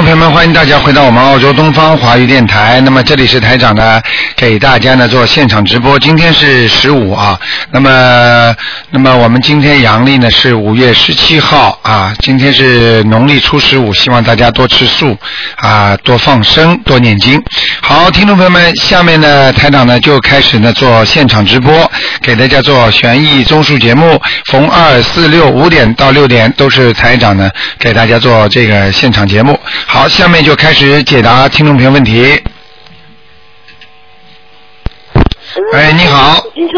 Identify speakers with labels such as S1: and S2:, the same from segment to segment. S1: 朋友们，欢迎大家回到我们澳洲东方华语电台。那么这里是台长呢，给大家呢做现场直播。今天是十五啊，那么那么我们今天阳历呢是五月十七号啊，今天是农历初十五，希望大家多吃素啊，多放生，多念经。好，听众朋友们，下面呢台长呢就开始呢做现场直播，给大家做悬疑综述节目，逢二四六五点到六点都是台长呢给大家做这个现场节目。好，下面就开始解答听众朋友问题。哎，你好，
S2: 金球，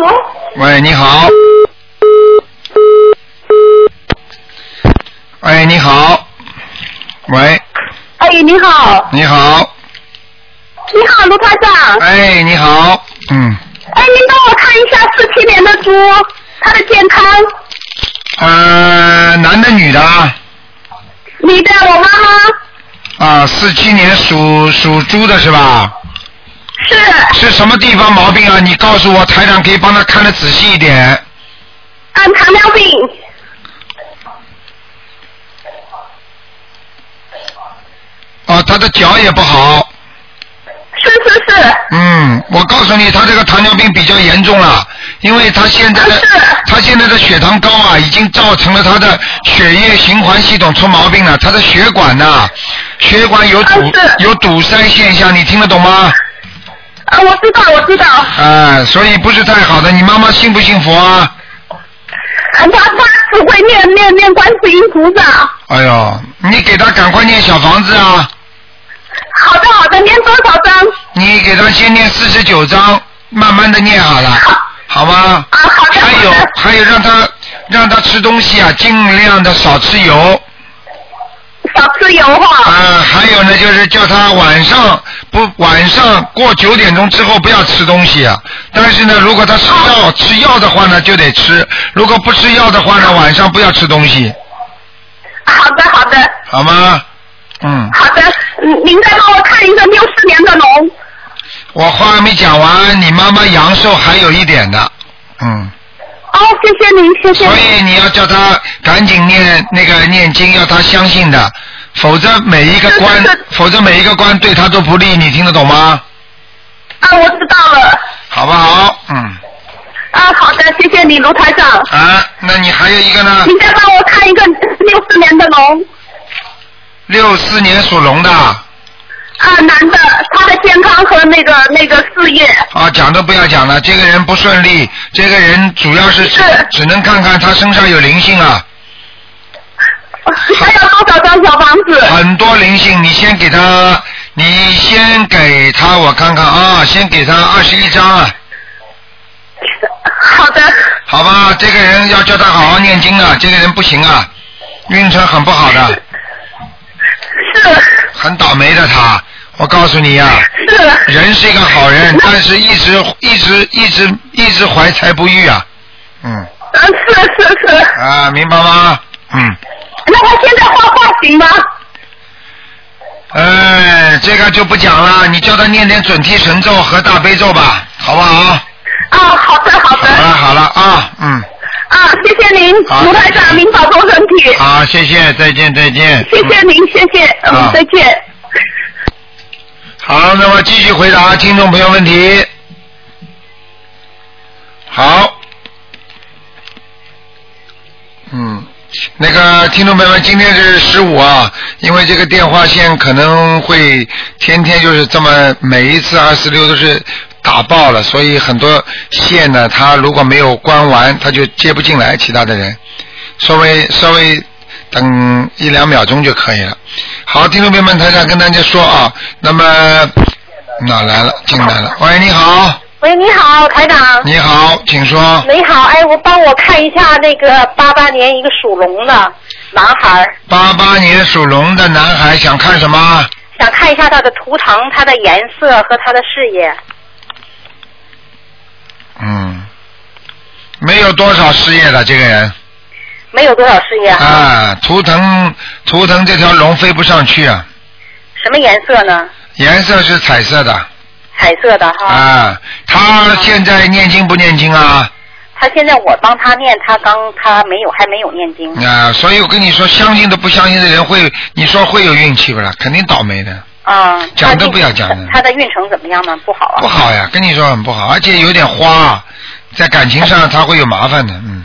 S1: 喂，你好，喂，你好，喂，
S2: 哎，你好，
S1: 你好，
S2: 你好，卢台长，
S1: 哎，你好，嗯，
S2: 哎，您帮我看一下四七年的猪，它的健康。
S1: 呃，男的女的啊？
S2: 你的我妈妈
S1: 啊，四七年属属猪的是吧？
S2: 是
S1: 是什么地方毛病啊？你告诉我，台长可以帮他看得仔细一点。
S2: 嗯糖尿病，
S1: 啊，他的脚也不好，
S2: 是是是，
S1: 嗯，我告诉你，他这个糖尿病比较严重了，因为他现在的
S2: 啊是
S1: 他现在的血糖高啊，已经造成了他的血液循环系统出毛病了，他的血管呐、血管有堵
S2: 啊是
S1: 有堵塞现象，你听得懂吗？
S2: 啊，我知道我知道，
S1: 啊、所以不是太好的。你妈妈信不信佛啊？
S2: 他他只会念念念观世音菩萨。
S1: 哎呦，你给她赶快念小房子啊！
S2: 好的好的，念多少张？
S1: 你给她先念四十九章，慢慢的念好了，好吗？
S2: 啊，好的
S1: 还
S2: 好
S1: 有
S2: 的，
S1: 还有，让她让她吃东西啊，尽量的少吃油。
S2: 少吃油哈、
S1: 啊，还有呢，就是叫他晚上不晚上过九点钟之后不要吃东西啊。但是呢，如果他吃药吃药的话呢，就得吃；如果不吃药的话呢，晚上不要吃东西，啊
S2: 好的好的
S1: 好吗？嗯，
S2: 好的，嗯您再帮我看一个六四年的龙。
S1: 我话还没讲完，你妈妈阳寿还有一点的，嗯，
S2: 哦，谢谢您，谢谢
S1: 所
S2: 您。
S1: 以你要叫他赶紧念那个念经，要他相信的，否则每一个
S2: 是
S1: 关
S2: 是是，
S1: 否则每一个关对他都不利，你听得懂吗？
S2: 啊，我知道了。
S1: 好不好？嗯，
S2: 啊，好的，谢谢你，卢台长。
S1: 啊，那你还有一个呢？
S2: 你再帮我看一个六四年的龙
S1: 六四年属龙的啊，
S2: 啊，男的，他的健康和那个那个事业。
S1: 啊讲都不要讲了，这个人不顺利，这个人主要是只
S2: 是
S1: 只能看看他身上有灵性啊，
S2: 还有多少张小房子？
S1: 很多灵性，你先给他，你先给他，我看看啊，先给他二十一张啊，
S2: 好的，
S1: 好吧，这个人要叫他好
S2: 嗯
S1: 好念经啊，这个人不行啊，运程很不好
S2: 嗯
S1: 的，
S2: 是
S1: 很倒霉的他，我告诉你呀、啊
S2: 是。
S1: 人是一个好
S2: 嗯
S1: 人，但是一直一直一直一直怀才不遇啊，嗯
S2: 嗯，是是是，
S1: 啊，明白吗？嗯。
S2: 那他现在画画行吗？
S1: 哎，这个就不讲了，你叫他念点准提神咒和大悲咒吧，好不好？
S2: 啊，好的好
S1: 好了
S2: 的，
S1: 好了啊，嗯，
S2: 啊，谢谢您，
S1: 好
S2: 卢台长，您保重身体，
S1: 好，谢谢，再见再见。嗯
S2: 谢谢您，谢谢，
S1: 好
S2: 嗯，再见。
S1: 好，那么继续回答听众朋友问题。好，嗯，那个听众朋友们，今天是十五啊，因为这个电话线可能会天天就是这么每一次二四六都是打爆了，所以很多线呢，它如果没有关完，它就接不进来其他的人，稍微稍微等一两秒钟就可以了。好，听众朋友们，台长跟大家说啊，那么哪来了？进来了。喂，你好，
S3: 喂，你好，台长。
S1: 你好，请说。
S3: 你好，哎，我帮我看一下那个八八年一个属龙的男孩儿，
S1: 八八年属龙的男孩想看什么？
S3: 想看一下他的图腾、他的颜色和他的事业。
S1: 嗯，没有多少事业的这个人
S3: 没有多少事业，
S1: 啊，图腾图腾这条龙飞不上去啊，
S3: 什么颜色呢？
S1: 颜色是彩色的
S3: 彩色的哈。
S1: 啊。他现在念经不念经啊？
S3: 他现在我帮他念，他刚他没有还没有念经。
S1: 啊，所以我跟你说，相信都不相信的人会，你说会有运气不啦？肯定倒霉的，
S3: 啊、
S1: 讲
S3: 他
S1: 都
S3: 运
S1: 不要讲了
S3: 他的运程怎么样呢？不好啊。
S1: 不好呀，跟你说很不好，而且有点花，在感情
S3: 哎
S1: 上他会有麻烦的，嗯，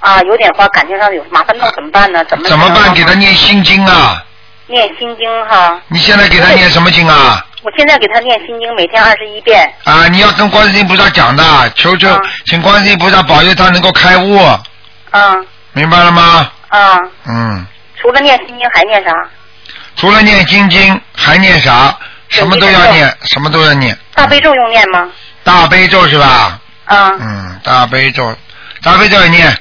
S3: 啊，有点花，感情上有麻烦，那怎么办呢？怎么
S1: 啊怎
S3: 怎
S1: 么办？给他念心经啊！
S3: 念心经哈。
S1: 你现在给他念什么经啊？
S3: 我现在给他念心经，每天二十一遍。
S1: 啊，你要跟观世音菩萨讲的，求求
S3: 啊，
S1: 请观世音菩萨保佑他能够开悟，
S3: 嗯
S1: 明白了吗？
S3: 嗯，
S1: 嗯，
S3: 除了念心经还念啥？
S1: 除了念心经，还念啥？什么都要念，什么都要念。
S3: 大悲咒用念吗？
S1: 大悲咒是吧？
S3: 嗯，
S1: 嗯，大悲咒，大悲咒也念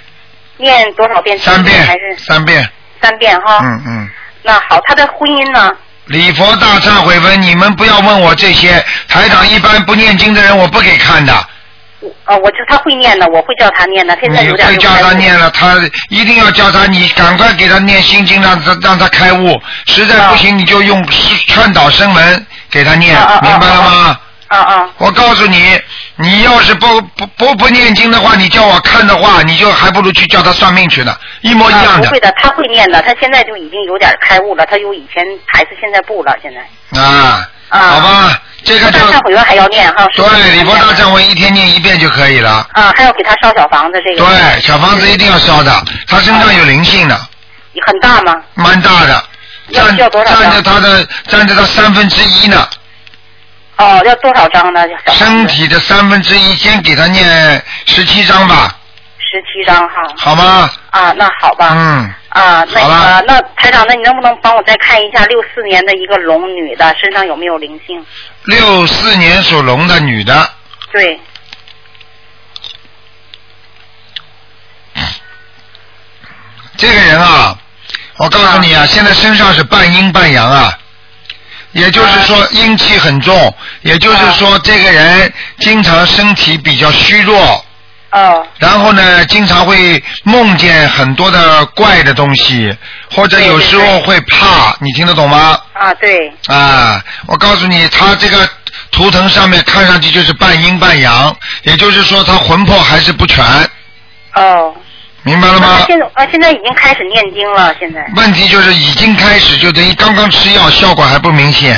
S3: 念多少遍？
S1: 三遍
S3: 还是，啊
S1: 三遍。
S3: 三遍哈？
S1: 嗯嗯。
S3: 那好，他的婚姻呢？
S1: 礼佛大忏悔文，你们不要问我这些。台长一般不念经的人，我不给看的。
S3: 我啊，我就他会念的，我会叫他念的。现在
S1: 你
S3: 有
S1: 嗯
S3: 点
S1: 会叫他
S3: 不太
S1: 念了，他一定要叫他，你赶快给他念心经，让他让他开悟。实在不行，你就用劝导声闻给他念
S3: 啊啊啊，啊
S1: 明白了吗？
S3: 啊啊
S1: 我告诉你，你要是不不不不念经的话，你叫我看的话，你就还不如去叫他算命去呢，一模一
S3: 啊！
S1: 样
S3: 不
S1: 的
S3: 会的，他会念的。他现在就已经有点开悟了，他有以前孩子现在不了，现在。
S1: 啊，
S3: 啊
S1: 好吧，这个
S3: 大
S1: 就
S3: 忏悔文还要念哈。是吧
S1: 对礼佛大忏悔一天念一遍就可以了。
S3: 啊，还要给他烧小房子，这个
S1: 对，小房子一定要烧的，他身上有灵性的，
S3: 很大吗？
S1: 蛮大的，
S3: 啊要
S1: 占
S3: 要多少张
S1: 占着他的占着他三分之一呢，
S3: 哦，要多少张呢？小房子
S1: 身体的三分之一，先给他念十七章吧，
S3: 十七张哈。
S1: 好吗？
S3: 啊，那好吧。
S1: 嗯，
S3: 啊，那
S1: 好了
S3: 个，那台长，那你能不能帮我再看一下六四年的一个龙女的身上有没有灵性？
S1: 六四年属龙的女的，
S3: 对，
S1: 这个人啊，我告诉你啊，现在身上是半阴半阳啊，也就是
S3: 啊
S1: 说阴气很重，也就是说这个人经常身体比较虚弱，
S3: 哦，
S1: 然后呢，经常会梦见很多的怪的东西，或者有时候会怕，你听得懂吗？
S3: 啊，对，
S1: 啊，我告诉你，他这个图腾上面看上去就是半阴半阳，也就是说他魂魄还是不全，
S3: 哦。
S1: 明白了
S3: 那
S1: 吗
S3: 他？现在啊，现在已经开始念经了，现在。
S1: 问题就是已经开始，就等于刚刚吃药，效果还不明显，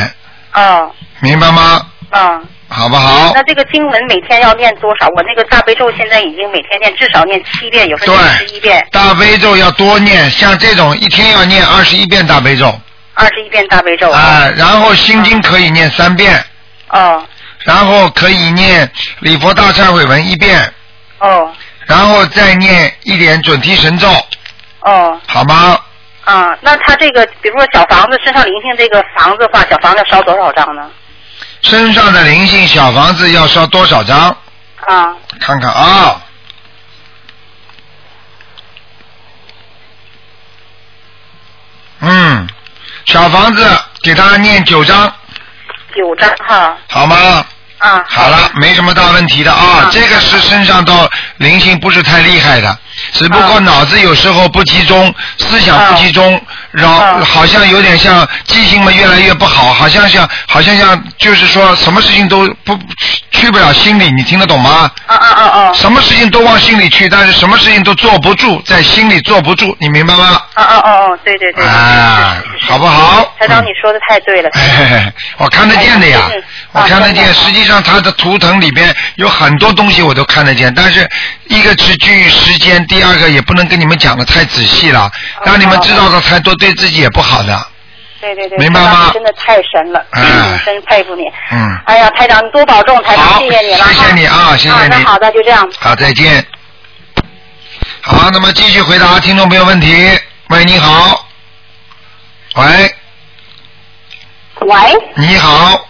S3: 哦，
S1: 明白吗？
S3: 嗯。
S1: 好不好
S3: 那？这个经文每天要念多少？我那个大悲咒现在已经每天念至少念七遍，有时候念十一
S1: 对
S3: 遍，，
S1: 大悲咒要多念，像这种一天要念二十一遍大悲咒
S3: 二十一遍大悲咒。
S1: 啊，然后心经可以念三遍。
S3: 哦
S1: 然后可以念礼佛大忏悔文一遍，
S3: 哦
S1: 然后再念一点准提神咒，
S3: 哦
S1: 好吗？
S3: 啊！那他这个，比如说小房子身上灵性这个房子的话，小房子要烧多少张呢？
S1: 身上的灵性小房子要烧多少张？
S3: 啊
S1: 看看啊。嗯，小房子给他念九张，
S3: 九张哈
S1: 好吗？
S3: 啊
S1: 好了，没什么大问题的啊
S3: 啊。
S1: 这个是身上到灵性不是太厉害的，只不过
S3: 啊
S1: 脑子有时候不集中，思想不集中，然
S3: 啊
S1: 后好像有点像记性嘛越来越不好，好像像好像像就是说什么事情都不去不了心里，你听得懂吗？
S3: 啊啊啊啊
S1: 什么事情都往心里去，但是什么事情都坐不住，在心里坐不住，你明白吗？
S3: 啊啊啊啊！对对对，
S1: 啊
S3: 是是是
S1: 好不好
S3: 台长，
S1: 嗯
S3: 你说的太对了。
S1: 哎我看得见的呀
S3: 哎是，
S1: 我看得见。
S3: 啊
S1: 实际上，它的图腾里边有很多东西我都看得见，但是一个只拘于时间，第二个也不能跟你们讲的太仔细了，让你们知道的太多，对自己也不好的。
S3: 对对对，
S1: 明白吗
S3: 台长你真的太神了，
S1: 哎
S3: 真佩服你。
S1: 嗯
S3: 哎呀，台长，你多保重，台
S1: 好
S3: 长，谢谢你了啊，
S1: 谢谢你啊谢谢
S3: 啊，那
S1: 你
S3: 好的，就这样。
S1: 好，再见。好，那么继续回答听众朋友问题。喂，你好。喂，
S2: 喂，
S1: 你好，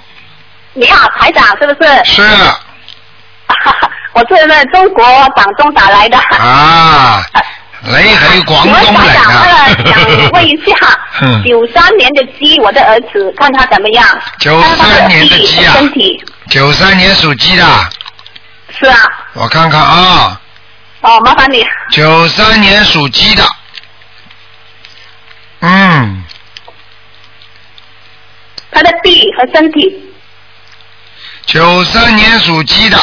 S2: 你好，台长，是不是？
S1: 是
S2: 我是那中国广东打来的。
S1: 啊，雷海广
S2: 请问
S1: 东啊
S2: 台
S1: 来
S2: 长，那个
S1: 的
S2: 想。问一下
S1: 嗯，
S2: 九三年的鸡，我的儿子，看他怎么样？
S1: 93
S2: 看他
S1: 年的
S2: 记忆
S1: 鸡啊
S2: 身体
S1: 九三年属鸡的，
S2: 是啊，
S1: 我看看啊，
S2: 哦，麻烦你。
S1: 九三年属鸡的，嗯，
S2: 他的臂和身体，
S1: 九三年属鸡的，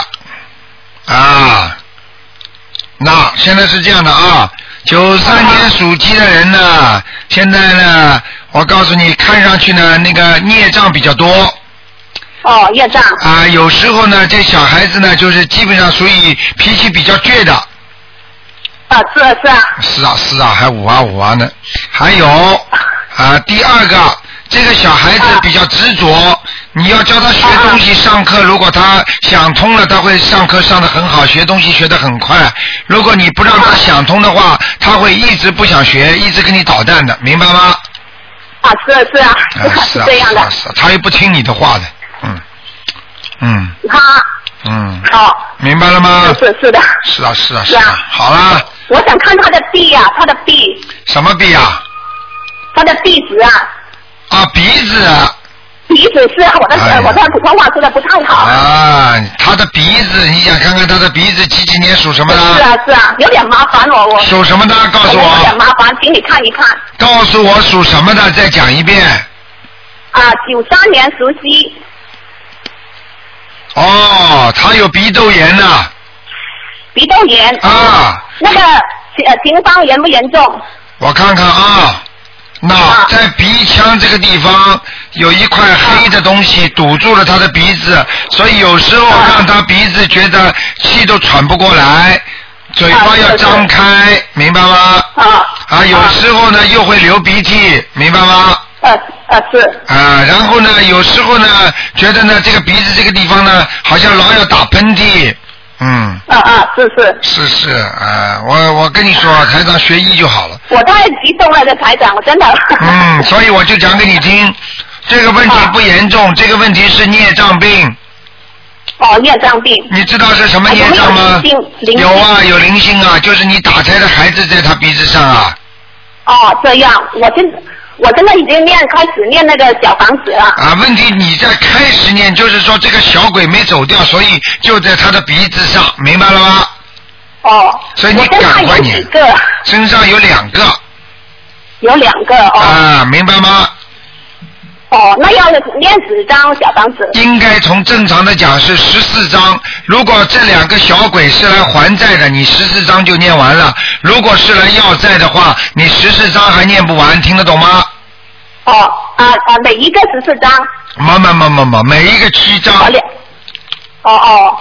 S1: 啊，那现在是这样的啊，九三年属鸡的人呢，现在呢，我告诉你，看上去呢，那个孽障比较多
S4: 哦，业障。
S1: 啊，有时候呢，这小孩子呢，就是基本上属于脾气比较倔的，
S4: 啊，是啊是啊。
S1: 是啊是啊，还五啊五啊呢，还有啊，第二个，这个小孩子比较执着，你要教他学东西上课，如果他想通了，他会上课上的很好，学东西学得很快。如果你不让他想通的话，他会一直不想学，一直跟你捣蛋的，明白吗？
S4: 啊，是啊是啊，
S1: 啊， 是
S4: 是
S1: 啊
S4: 这样
S1: 是
S4: 的
S1: 啊。是啊，他又不听你的话的，嗯嗯
S4: 他
S1: 嗯，
S4: 哦，
S1: 明白了吗？
S4: 是是的，
S1: 是啊是啊
S4: 是
S1: 是
S4: 啊
S1: 啊，好啦，
S4: 我想看他的地
S2: 啊
S4: 呀、他的地，
S1: 什么鼻啊？
S4: 他的地址啊，
S1: 啊鼻子啊。
S4: 地址是啊我的、
S1: 哎呀
S4: 我的普通话说的不太好。
S1: 啊，他的鼻子，你想看看他的鼻子几几年属什么
S4: 是
S1: 的？
S4: 啊是啊，有点麻烦我我。
S1: 属什么的？告诉
S4: 有点
S1: 我，
S4: 麻烦，请你看一看
S1: 告诉我属什么的，再讲一遍。
S4: 啊，九三年属鸡，
S1: 哦，他有鼻窦炎呐、
S4: 鼻窦炎。
S1: 啊，。
S4: 那个呃情况严不严重？
S1: 我看看啊，那
S4: 啊
S1: 在鼻腔这个地方有一块黑的东西堵住了他的鼻子，所以有时候
S4: 啊
S1: 让他鼻子觉得气都喘不过来，嘴
S4: 啊
S1: 巴要
S4: 对对
S1: 张开，明白吗？
S4: 啊。
S1: 啊，有时候呢又会流鼻涕，明白吗？
S4: 呃呃是
S1: 啊，然后呢，有时候呢，觉得呢，这个鼻子这个地方呢，好像老要打喷嚏。嗯，
S4: 啊啊是是，
S1: 是是啊，我我跟你说，台长学医就好了。
S4: 我太激动了，这台长，我真的。
S1: 嗯，所以我就讲给你听，这个问题不严
S4: 啊
S1: 重，这个问题是孽障病。
S4: 哦，业障病。
S1: 你知道是什么孽障吗
S4: 哎有没有灵？性灵性
S1: 有啊，有灵性啊，就是你打胎的孩子在他鼻子上啊。
S4: 哦，这样，我真我真的已经念开始念那个小房子了。
S1: 啊，问题你在开始念，就是说这个小鬼没走掉，所以就在他的鼻子上，明白了吗？
S4: 哦。
S1: 所以你
S4: 我身上
S1: 赶快
S4: 有
S1: 念
S4: 几个？哦
S1: 身上有两个
S4: 有两个哦。
S1: 啊，明白吗？
S4: 哦，那要念几张小房子？
S1: 应该从正常的讲是十四章，如果这两个小鬼是来还债的，你十四章就念完了；如果是来要债的话，你十四章还念不完，听得懂吗？
S4: 哦啊啊，每一个十四张，
S1: 没没没没没，每一个七章
S4: 哦两，哦哦，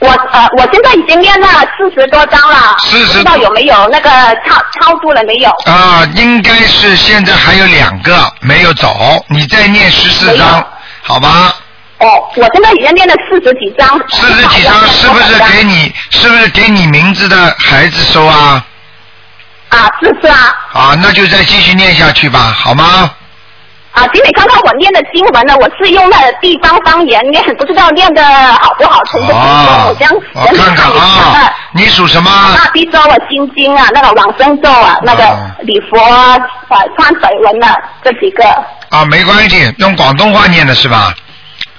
S4: 我呃我现在已经念了四十多张了，
S1: 40
S4: 不知道有没有那个超超度了没有？哦
S1: 啊，应该是现在还有两个没有走，你再念十四
S4: 没
S1: 章
S4: 有，
S1: 好吧？
S4: 哦，我现在已经念了四十几张，
S1: 四十几章是不是给你是不是给你名字的孩子收啊？
S4: 啊，是是啊，
S1: 啊，那就再继续念下去吧，好吗？
S4: 啊，经理，刚刚我念的经文呢，我是用的地方方言念，不知道念的好不好，从这
S1: 啊，
S4: 我这样
S1: 我看看 啊，你属什么？
S4: 大悲咒啊、心经啊、那个往生咒啊、那
S1: 啊
S4: 个礼佛啊、啊忏悔文啊，这几个，
S1: 啊，没关系，用广东话念的是吧？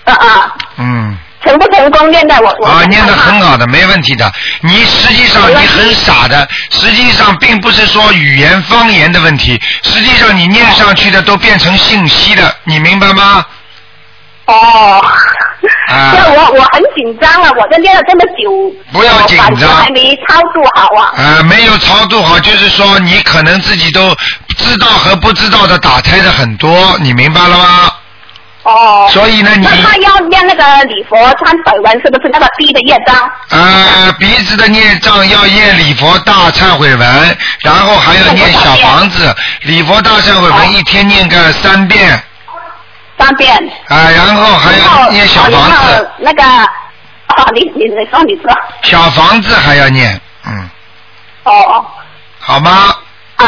S4: 啊啊，
S1: 嗯，
S4: 成不成功念的我我
S1: 啊，
S4: 想
S1: 念的
S4: 看
S1: 很
S4: 看
S1: 好的，没问题的。你实际上
S4: 没问
S1: 你
S4: 题
S1: 很傻的，实际上并不是说语言方言的问题，实际上你念上去的都变成信息了，你明白吗？
S4: 哦。
S1: 啊
S4: 对，我我很紧张啊，我这练了这么久，
S1: 不要紧张
S4: 我感觉还没操作好啊。
S1: 呃，没有超度好，就是说你可能自己都知道和不知道的打胎的很多，你明白了吗？
S4: 哦，
S1: 所以呢，你
S4: 那他要念那个礼佛忏悔文，是不是那个低的业障？
S1: 呃，鼻子的孽障要念礼佛大忏悔文，然后还要念小房子。礼佛大忏悔文一天念个三遍，
S4: 三遍。
S1: 啊、然后还
S4: 然后
S1: 要念小房
S4: 哦然后
S1: 子，
S4: 那个，哦，你你你说你说，
S1: 小房子还要念，嗯，
S4: 哦哦，
S1: 好吗？
S4: 呃，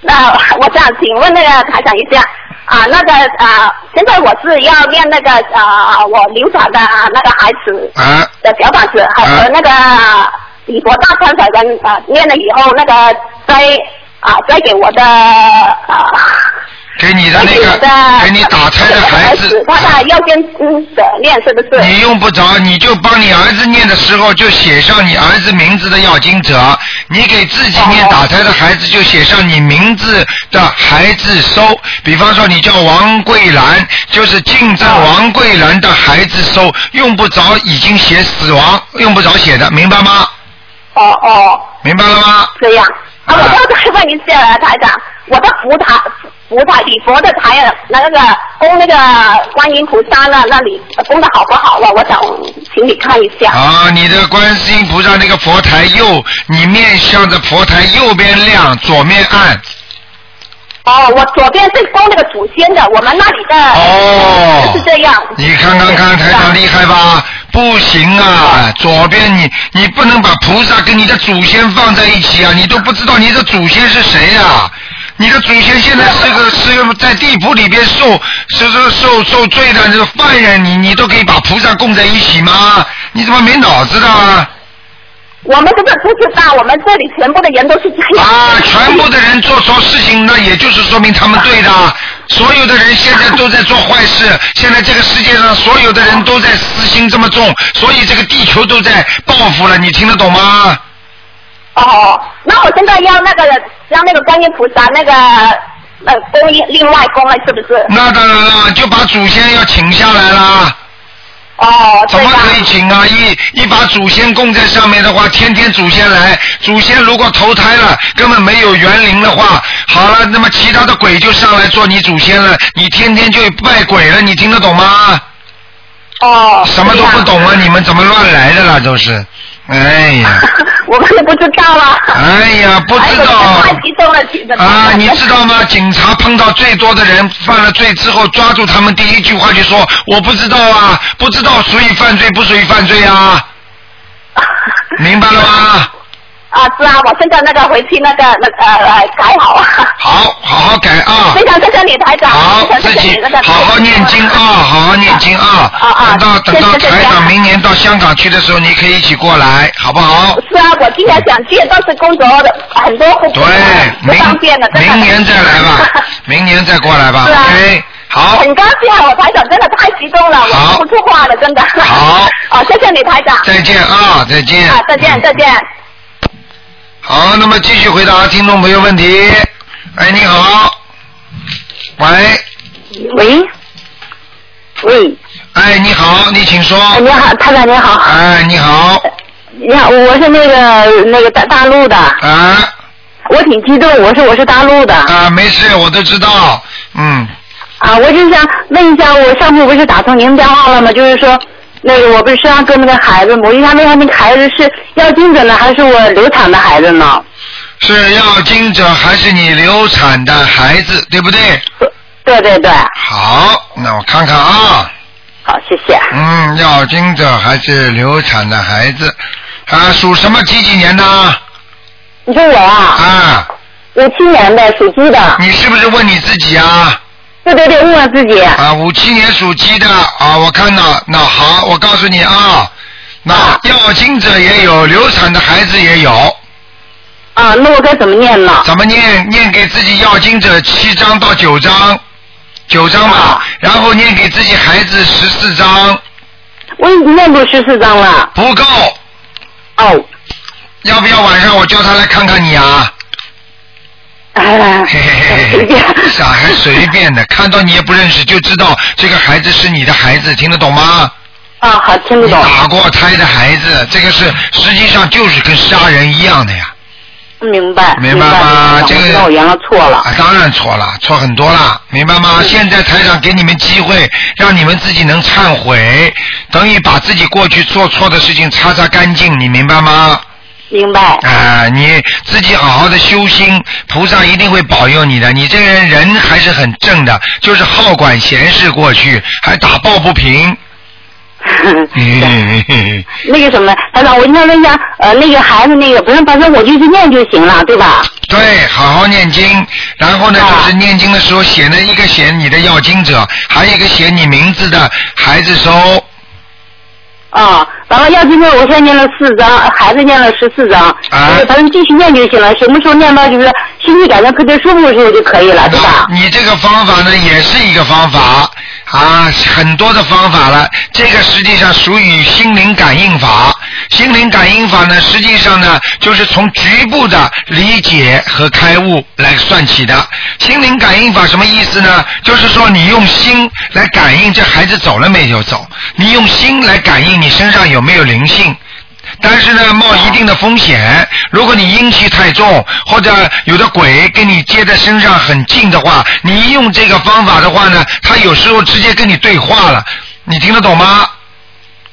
S4: 那我想请问那个台长一下。啊，那个啊，现在我是要念那个啊，我流产的啊那个孩子
S1: 啊，
S4: 的小板子，还
S1: 啊
S4: 和那个李博大川彩跟啊念了以后，那个再啊再给我的啊，
S1: 给你的
S4: 再
S1: 那
S4: 给我
S1: 个
S4: 的，
S1: 给你打胎的孩子，
S4: 他的要先嗯者念是不是？
S1: 你用不着，你就帮你儿子念的时候就写上你儿子名字的要经者，你给自己念
S4: 哦
S1: 打胎的孩子就写上你名字的孩子收。比方说你叫王桂兰，就是竞争王桂兰的孩子收，用不着已经写死亡，用不着写的，明白吗？
S4: 哦哦，
S1: 明白了吗？
S4: 这样。啊，
S1: 啊
S4: 我要再问一下台长，我的佛台、佛台礼佛的台啊那个供那个观音菩萨那那里供的好不好啊？我想请你看一下。
S1: 啊，你的观世音菩萨那个佛台右，你面向着佛台右边亮，左面暗。
S4: 哦，我左边是供那个祖先的，我们那里的
S1: 哦
S4: 啊是这样。
S1: 你看看看，台长厉害吧？不行啊，左边你你不能把菩萨跟你的祖先放在一起啊！你都不知道你的祖先是谁啊！你的祖先现在是个是个在地府里边受是是受受罪的这个犯人，你你都可以把菩萨供在一起吗？你怎么没脑子的啊？
S4: 我们这个不知道，我们这里全部的人都是这样。
S1: 啊，全部的人做错事情，那也就是说明他们对的。所有的人现在都在做坏事，现在这个世界上所有的人都在私心这么重，所以这个地球都在报复了，你听得懂吗？
S4: 哦，那我现在要那个让那个观音菩萨那个呃供应另外供了，是不是？
S1: 那当然了，就把祖先要请下来啦，
S4: 哦，
S1: 怎
S4: 对
S1: 么
S4: 吧？
S1: 可以请啊？一一把祖先供在上面的话，天天祖先来，祖先如果投胎了，根本没有园林的话，好了，那么其他的鬼就上来做你祖先了，你天天就拜鬼了，你听得懂吗？
S4: 哦，
S1: 什么都不懂啊！
S4: 对呀。
S1: 你们怎么乱来的啦？都是，哎呀，
S4: 我们也不知道啊。
S1: 哎呀，不知
S4: 哎
S1: 道
S4: 我太激动了，激动了
S1: 啊！你知道吗？警察碰到最多的人犯了罪之后，抓住他们第一句话就说：“我不知道啊，不知道属于犯罪不属于犯罪啊？”明白了吗？
S4: 啊，是啊，我现在那个回去那个那个呃改好啊。
S1: 好，好好改啊
S4: 非！常谢谢你台长，
S1: 好
S4: 非，常
S1: 自
S4: 谢谢
S1: 己
S4: 你那个
S1: 好好念经啊，好好念经啊！
S4: 啊啊
S1: 等到等到
S4: 谢谢
S1: 台
S4: 谢谢
S1: 长
S4: 啊
S1: 明年到香港去的时候，你可以一起过来，好不好？
S4: 是啊，我今年想去，但是工作的很多不
S1: 对
S4: 不方
S1: 明
S4: 便了，真的
S1: 明年再来 吧，明年再过来吧。
S4: 是啊
S1: OK，好，
S4: 很高兴啊，我台长真的太激动了，我
S1: 好
S4: 说不出话了，真的。
S1: 好。
S4: 哦，谢谢你台长。
S1: 再见啊，再见。
S4: 啊，再见，再见。
S1: 好，那么继续回答听众朋友问题。哎，你好，喂，
S5: 喂，喂，
S1: 哎，你好，你请说。
S5: 哎，你好，台长你好，
S1: 哎，你好，
S5: 你好，我是那个那个大大陆的，
S1: 啊
S5: 我挺激动，我是我是大陆的
S1: 啊，没事，我都知道。嗯，
S5: 啊，我就想问一下，我上次不是打通您电话了吗？就是说，那个我不是身上跟那个孩子吗？我就想问一下，那个孩子是要精子呢，还是我流产的孩子呢？
S1: 是要经者还是你流产的孩子，对不对？
S5: 对对对，
S1: 好，那我看看啊。
S5: 好，谢谢。
S1: 嗯，要经者还是流产的孩子？啊，属什么几几年的？
S5: 你说我啊，
S1: 啊，
S5: 五七年的，属鸡的，
S1: 你是不是问你自己啊？
S5: 对对对，问问自己，
S1: 啊，五七年属鸡的啊，我看到，那好，我告诉你啊，那要经者也有，流产的孩子也有，
S5: 啊，那我该怎么念呢？
S1: 咱们念念给自己要经者七章到九章，九章吧
S5: 啊，
S1: 然后念给自己孩子十四章，
S5: 我已经念过十四章了。
S1: 不够，
S5: 哦，
S1: 要不要晚上我叫他来看看你啊？
S5: 哎，
S1: 嘿嘿嘿嘿，傻孩随便的，看到你也不认识就知道这个孩子是你的孩子，听得懂吗？
S5: 啊，好，听得
S1: 你
S5: 懂。
S1: 打过胎的孩子，这个是实际上就是跟杀人一样的呀。
S5: 明白，
S1: 明白
S5: 白
S1: 吗
S5: 明白
S1: 这个
S5: 我知道我原来错了。嗯
S1: 啊，当然错了，错很多了，明白吗？现在台长给你们机会，让你们自己能忏悔，等于把自己过去做错的事情擦擦干净，你明白吗？
S5: 明 白，
S1: 啊、你自己好好的修心，菩萨一定会保佑你的。你这个人人还是很正的，就是好管闲事，过去还打抱不平。 嗯，
S5: 那个什么，台长，我现在问一下，呃，那个孩子那个，不是，反正我就去念就行了，对吧？
S1: 对，好好念经。然后呢，
S5: 啊
S1: 就是念经的时候写了一个写你的要经者，还有一个写你名字的孩子收。
S5: 啊，完了，要今天我现在念了四章，孩子念了十四章，
S1: 啊
S5: 反正继续念就行了。什么时候念到就是心里感觉特别舒服的时候就可以了，对吧？
S1: 你这个方法呢，也是一个方法啊，很多的方法了。这个实际上属于心灵感应法。心灵感应法呢，实际上呢，就是从局部的理解和开悟来算起的。心灵感应法什么意思呢？就是说你用心来感应这孩子走了没有走，你用心来感应你身上有没有灵性。但是呢，冒一定的风险。如果你阴气太重，或者有的鬼跟你接在身上很近的话，你一用这个方法的话呢，他有时候直接跟你对话了，你听得懂吗？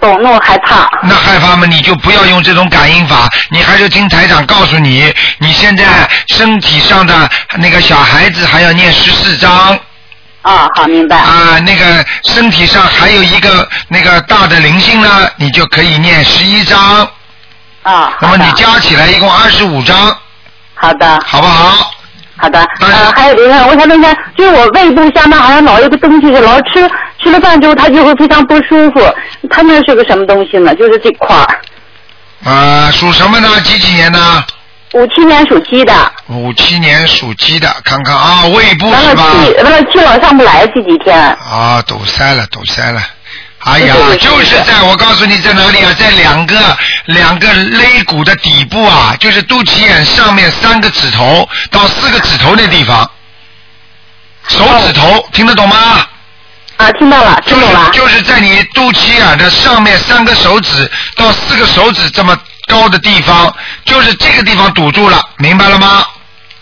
S4: 懂，那我害怕。
S1: 那害怕吗？你就不要用这种感应法，你还是听台长告诉你，你现在身体上的那个小孩子还要念十四章。
S4: 啊，好，明白。
S1: 啊，那个身体上还有一个那个大的灵性呢，你就可以念十一章，
S4: 啊，
S1: 那
S4: 好
S1: 么
S4: 的
S1: 你加起来一共二十五章，
S4: 好的，
S1: 好不好？
S4: 好的。
S1: 但是
S4: 呃，还有一个，我想问一下，就是我胃部下面好像老有个东西，是老吃吃了饭之后，它就会非常不舒服。它那是个什么东西呢？就是这块儿。
S1: 啊，属什么呢？几几年呢？
S4: 五七年属鸡的，
S1: 五七年属鸡的，看看啊，胃部
S4: 完
S1: 是
S4: 了
S1: 吧？
S4: 气，完了气老上不来这几天。
S1: 啊，堵塞了，堵塞了。哎呀
S4: 对对，对
S1: 就是在我告诉你在哪里啊，在两个两个肋骨的底部啊，就是肚脐眼上面三个指头到四个指头那地方，手指头听得懂吗？
S4: 啊，听到了，
S1: 就
S4: 听
S1: 是
S4: 懂了。
S1: 就是在你肚脐眼的上面三个手指到四个手指这么高的地方，就是这个地方堵住了，明白了吗？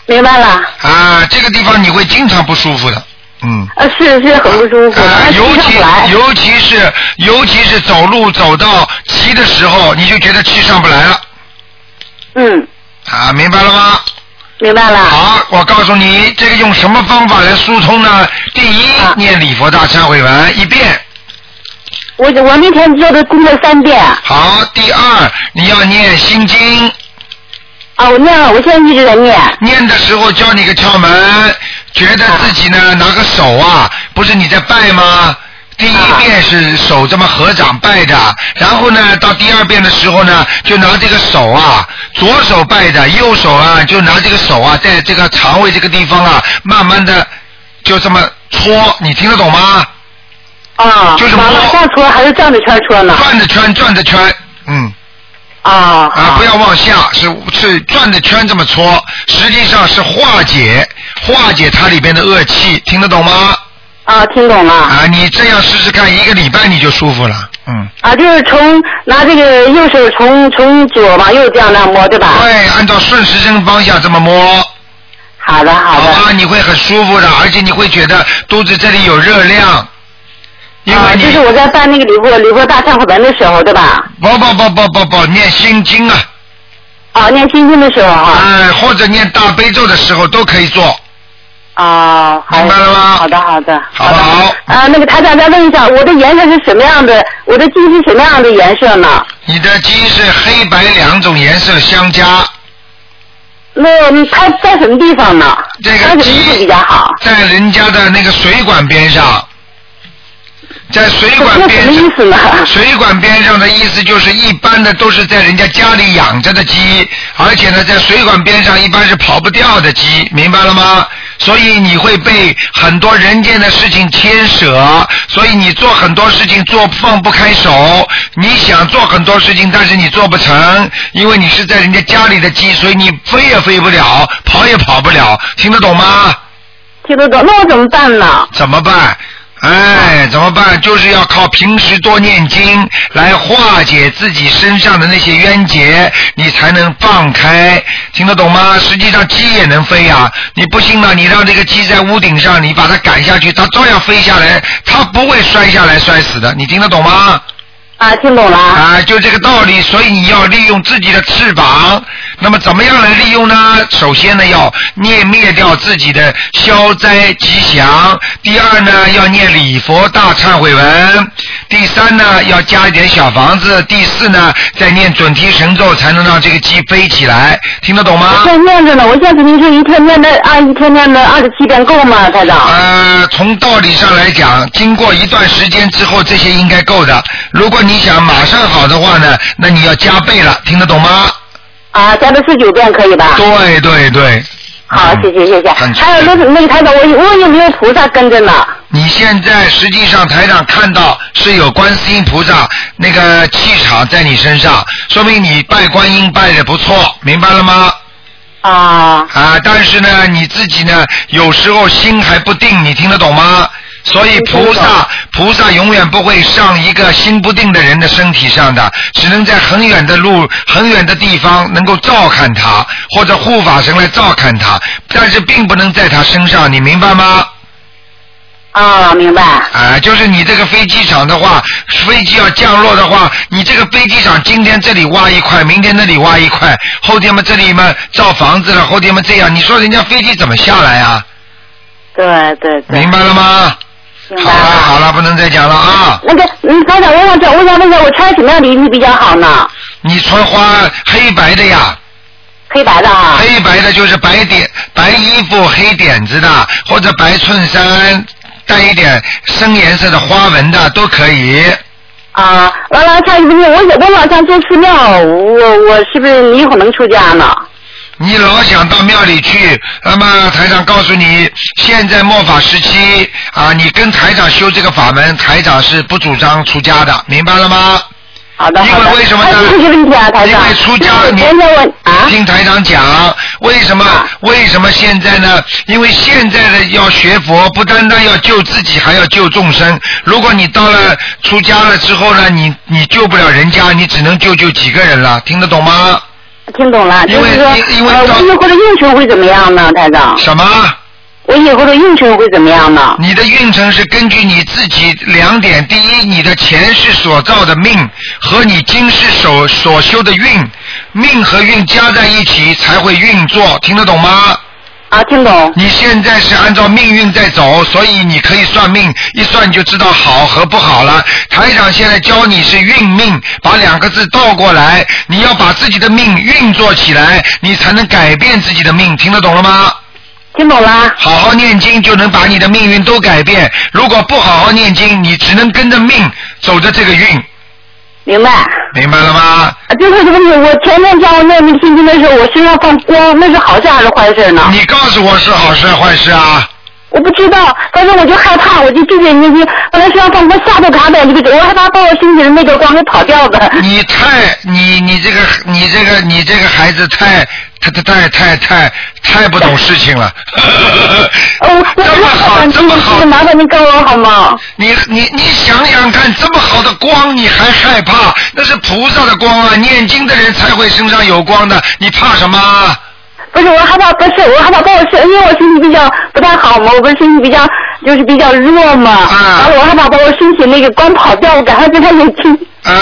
S4: 明白了。
S1: 啊，这个地方你会经常不舒服的，嗯。
S4: 呃，是是很不舒服，
S1: 啊、
S4: 但是
S1: 尤
S4: 上
S1: 其
S4: 不来。
S1: 尤其是尤其是走路走到骑的时候，你就觉得气上不来了
S4: 嗯，
S1: 啊，明白了吗？
S4: 明白了。
S1: 好，我告诉你，这个用什么方法来疏通呢？第一
S4: 啊，
S1: 念礼佛大忏悔文一遍。
S4: 我我那天做的功课三遍
S1: 好，第二，你要念心经，
S4: 啊，我念了，我现在一直在念。
S1: 念的时候教你个窍门，觉得自己呢拿个手啊，不是你在拜吗？第一遍是手这么合掌拜着，然后呢，到第二遍的时候呢，就拿这个手啊，左手拜着，右手啊就拿这个手啊，在这个肠胃这个地方啊，慢慢的就这么搓，你听得懂吗？
S4: 啊，
S1: 就是
S4: 往
S1: 摸
S4: 往上戳还是转着圈戳呢？
S1: 转着圈，转着圈，嗯，
S4: 啊，
S1: 啊，
S4: 好
S1: 不要往下，是是转着圈这么搓，实际上是化解化解它里边的恶气，听得懂吗？
S4: 啊，听懂了。
S1: 啊，你这样试试看，一个礼拜你就舒服了。嗯，
S4: 啊，就是从拿这个右手从从左往右这样那摸，对吧？
S1: 对，按照顺时针方向这么摸，
S4: 好的，
S1: 好
S4: 好的。
S1: 吧，你会很舒服的，而且你会觉得肚子这里有热量，因
S4: 啊，
S1: 为
S4: 就
S1: 你、
S4: 是我在办那个礼佛礼佛大忏悔文的时候，对吧？
S1: 不不不不不不念心经啊，
S4: 啊，念心经的时候哈。
S1: 哎、或者念大悲咒的时候都可以做。
S4: 啊，好
S1: 明白了吗
S4: 好的，好的。
S1: 好不好
S4: 的啊，那个台长再问一下，我的颜色是什么样的？我的鸡是什么样的颜色呢？
S1: 你的鸡是黑白两种颜色相加，
S4: 那你它在什么地方呢？
S1: 这个
S4: 穿什么
S1: 鸡
S4: 衣服比较好？
S1: 在人家的那个水管边上，在水管
S4: 那什么
S1: 边
S4: 意
S1: 上。
S4: 思呢？
S1: 水管边上的意思就是，一般的都是在人家家里养着的鸡，而且呢，在水管边上一般是跑不掉的鸡，明白了吗？所以你会被很多人间的事情牵扯，所以你做很多事情做放不开手，你想做很多事情，但是你做不成，因为你是在人家家里的鸡，所以你飞也飞不了，跑也跑不了，听得懂吗？
S4: 听得懂？那我怎么办呢？
S1: 怎么办？哎，怎么办？就是要靠平时多念经来化解自己身上的那些冤结，你才能放开，听得懂吗？实际上鸡也能飞啊！你不信呢？你让这个鸡在屋顶上，你把它赶下去，它照样飞下来，它不会摔下来摔死的，你听得懂吗？
S4: 啊，听懂了。
S1: 啊，就这个道理，所以你要利用自己的翅膀。那么怎么样来利用呢？首先呢，要念灭掉自己的消灾吉祥；第二呢，要念礼佛大忏悔文；第三呢，要加一点小房子；第四呢，再念准提神咒，才能让这个鸡飞起来。听得懂吗？
S4: 我现在念着呢，我现在跟您说，一天念的啊，一天念的二十七遍够吗，台长？
S1: 呃，从道理上来讲，经过一段时间之后，这些应该够的。如果你想马上好的话呢，那你要加倍了，听得懂吗？
S4: 啊，加到四九遍可以吧？
S1: 对对对。
S4: 啊好，
S1: 嗯
S4: 谢谢谢谢。
S1: 很
S4: 还有那个那个台长，我有我有没有菩萨跟着呢？
S1: 你现在实际上台上看到是有观世音菩萨那个气场在你身上，说明你拜观音拜的不错，明白了吗？
S4: 啊
S1: 啊啊，但是呢，你自己呢，有时候心还不定，你听得懂吗？所以菩萨菩萨永远不会上一个心不定的人的身体上的，只能在很远的路、很远的地方能够照看他，或者护法神来照看他，但是并不能在他身上，你明白吗？
S4: 啊，明白。
S1: 啊，就是你这个飞机场的话，飞机要降落的话，你这个飞机场今天这里挖一块，明天那里挖一块，后天嘛这里嘛造房子了，后天嘛这样，你说人家飞机怎么下来啊？
S4: 对对对。
S1: 明白了吗？
S4: 明
S1: 好
S4: 白
S1: 了
S4: 了。
S1: 好了，不能再讲了啊！
S4: 那个，嗯，台长，我想我想问一下，我穿什么样的衣服比较好呢？
S1: 你穿花黑白的呀，
S4: 黑白的啊。
S1: 黑白的就是白点白衣服黑点子的，或者白衬衫带一点深颜色的花纹的都可以。
S4: 啊，完了，上一次我我老想做寺庙，我我是不是一会儿能出家呢？
S1: 你老想到庙里去，那么台长告诉你，现在末法时期啊，你跟台长修这个法门，台长是不主张出家的，明白了吗？
S4: 好的，好的。
S1: 因为为什么呢
S4: 还有一个问题啊，台
S1: 因
S4: 长。
S1: 为出家
S4: 就是
S1: 你
S4: 昨天我啊，
S1: 听台长讲，为什么
S4: 啊
S1: 为什么现在呢？因为现在的要学佛，不单单要救自己，还要救众生。如果你到了出家了之后呢，你你救不了人家，你只能救救几个人了，听得懂吗？
S4: 听懂了，
S1: 因
S4: 就
S1: 为
S4: 是说，
S1: 因为
S4: 呃，
S1: 到
S4: 我以后的运程会怎么样呢，台长？
S1: 什么？
S4: 我以后的运程会怎么样呢？
S1: 你的运程是根据你自己两点：第一，你的前世所造的命和你今世所所修的运，命和运加在一起才会运作，听得懂吗？
S4: 啊，听懂。
S1: 你现在是按照命运在走，所以你可以算命，一算你就知道好和不好了。台长现在教你是运命，把两个字倒过来，你要把自己的命运作起来，你才能改变自己的命，听得懂了吗？
S4: 听懂啦，
S1: 好好念经就能把你的命运都改变。如果不好好念经，你只能跟着命走着这个运，
S4: 明白。
S1: 明白了吗？
S4: 啊，最后一个问题，我前天教我念那个心经的时候，我身上放光，那是好事还是坏事呢？
S1: 你告诉我是好事坏事啊？
S4: 我不知道，反正我就害怕，我就闭着眼睛，本来身上放光，吓得嘎的，这个我害怕把我身体的那个光给跑掉的。
S1: 你太你你这个你这个你这个孩子太太太太太太太不懂事情了。
S4: 哦，我
S1: 这么好这么好，
S4: 麻烦您告我好吗？
S1: 你你你想想看，这么好的光你还害怕？那是菩萨的光啊！念经的人才会身上有光的，你怕什么啊？
S4: 不是，我害怕，不是，我害怕把我身，因为我身体比较不太好嘛，我不是身体比较就是比较弱嘛，
S1: 啊
S4: 完了我害怕把我身体那个光跑掉，我赶快跟他有亲。
S1: 啊，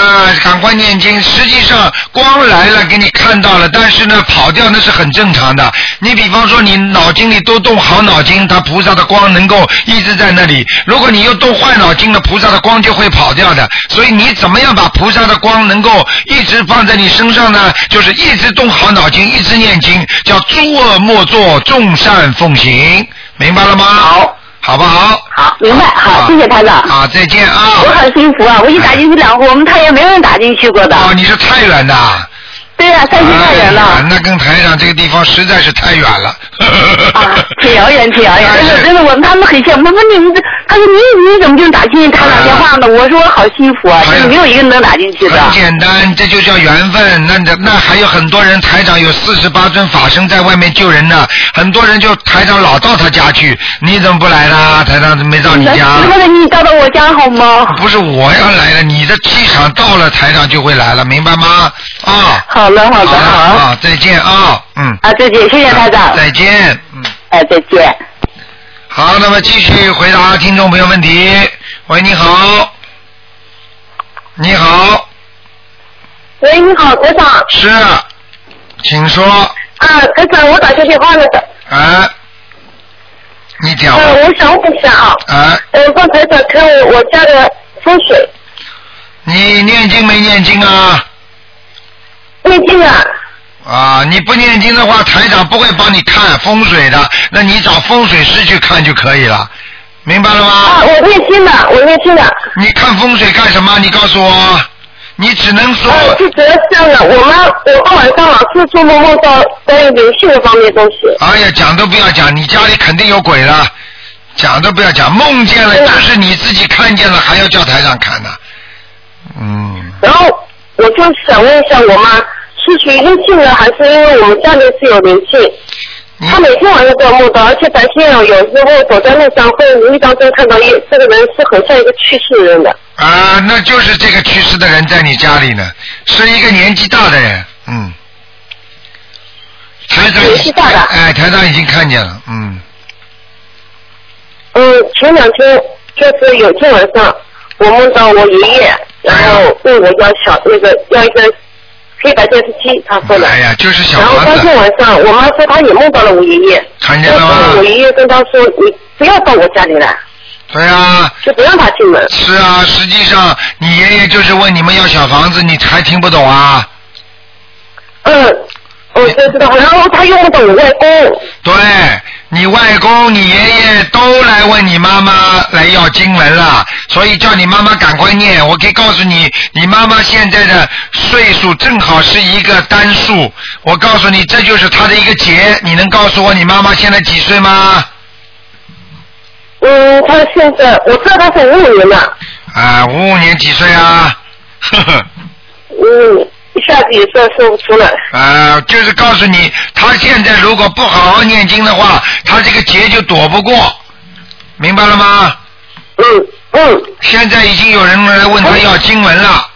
S1: 赶快念经。实际上，光来了给你看到了，但是呢，跑掉那是很正常的。你比方说，你脑筋里都动好脑筋，它菩萨的光能够一直在那里。如果你又动坏脑筋了，菩萨的光就会跑掉的。所以你怎么样把菩萨的光能够一直放在你身上呢？就是一直动好脑筋，一直念经，叫诸恶莫作，众善奉行，明白了吗？好，好不好？
S4: 好，明白，好，谢谢台长，
S1: 啊，再见啊！
S4: 我很幸福啊，我一打进去两户，我们太原没有人打进去过的，
S1: 哦，你是太原的啊。
S4: 对呀、山西太原了。
S1: 哎呀那跟台长这个地方实在是太远了。
S4: 啊，挺遥远，挺遥
S1: 哎
S4: 远。真的，真的，我们他们很羡慕。他说你们这，他说你你怎么就打进他打电话呢？我说我好幸福啊，
S1: 哎哎呀
S4: 真的没有一个人能打进去的。
S1: 很简单，这就叫缘分。那那那还有很多人，台长有四十八尊法身在外面救人呢。很多人就台长老到他家去，你怎么不来呢？台长没到你
S4: 那
S1: 家。
S4: 那你到到我家好吗？
S1: 不是我要来了，你的气场到了，台长就会来了，明白吗？啊、
S4: 好了，好的，
S1: 了
S4: 好。
S1: 啊，再见啊、嗯。
S4: 啊，再见，谢谢台长。
S1: 再见，嗯。
S4: 哎，再见。
S1: 好，那么继续回答听众朋友问题。喂，你好，你好，
S6: 喂，你好，台长。
S1: 是，请说，
S6: 啊，台长，我打这电话了的。
S1: 哎，你讲吧，
S6: 呃，我想问一下啊，
S1: 哎，
S6: 呃，帮台长看我我家的风水，
S1: 你念经没念经啊？
S6: 最近啊，
S1: 啊，你不念经的话，台长不会帮你看风水的，那你找风水师去看就可以了，明白了吗
S6: 啊，？我念经的，我念经的，
S1: 你看风水干什么？你告诉我，你只能说。
S6: 呃，就觉得这样的，我妈，我爸晚上老是做梦梦到关于灵性方面的东西，
S1: 哎呀，讲都不要讲，你家里肯定有鬼了，讲都不要讲，梦见了
S6: 对啊
S1: 就是你自己看见了，还要叫台上看呢。嗯，
S6: 然后我就想问一下我妈，是属于灵性呢，还是因为我们家里是有灵性？
S1: 嗯
S4: 他每天晚上做梦的，而且白天啊，有时候走在路上会无意当中看到一这个人是很像一个去世的人的。
S1: 啊，那就是这个去世的人在你家里呢，是一个年纪大的人，嗯。台长已
S4: 年纪大的
S1: 哎，台长已经看见了，嗯，
S4: 嗯，前两天就是有天晚上，我梦到我爷爷，然后问我要小那个要一个黑白电视机，他说的。
S1: 哎呀，就是小
S4: 然后
S1: 房
S4: 当天
S1: 子，
S4: 晚上，我妈说她也梦到了我爷爷，
S1: 看见
S4: 但
S1: 了
S4: 是我
S1: 吗？
S4: 爷爷跟她说：“你不要到我家里来，
S1: 对啊，
S4: 就不让她进门。
S1: 是啊，实际上你爷爷就是问你们要小房子，你还听不懂啊？”
S4: 嗯，我就知道。然后她又梦到我外公，
S1: 对你外公、你爷爷都来问你妈妈来要经文了，所以叫你妈妈赶快念。我可以告诉你，你妈妈现在的岁数正好是一个单数。我告诉你，这就是她的一个劫。你能告诉我你妈妈现在几岁吗？
S4: 嗯，她现在我知道她是五五年的，
S1: 啊，五五年几岁啊？ 呵呵。
S4: 嗯，一下子也算说不出来。
S1: 啊，就是告诉你，他现在如果不好好念经的话，他这个劫就躲不过，明白了吗？
S4: 嗯嗯
S1: 现在已经有人来问他要经文了。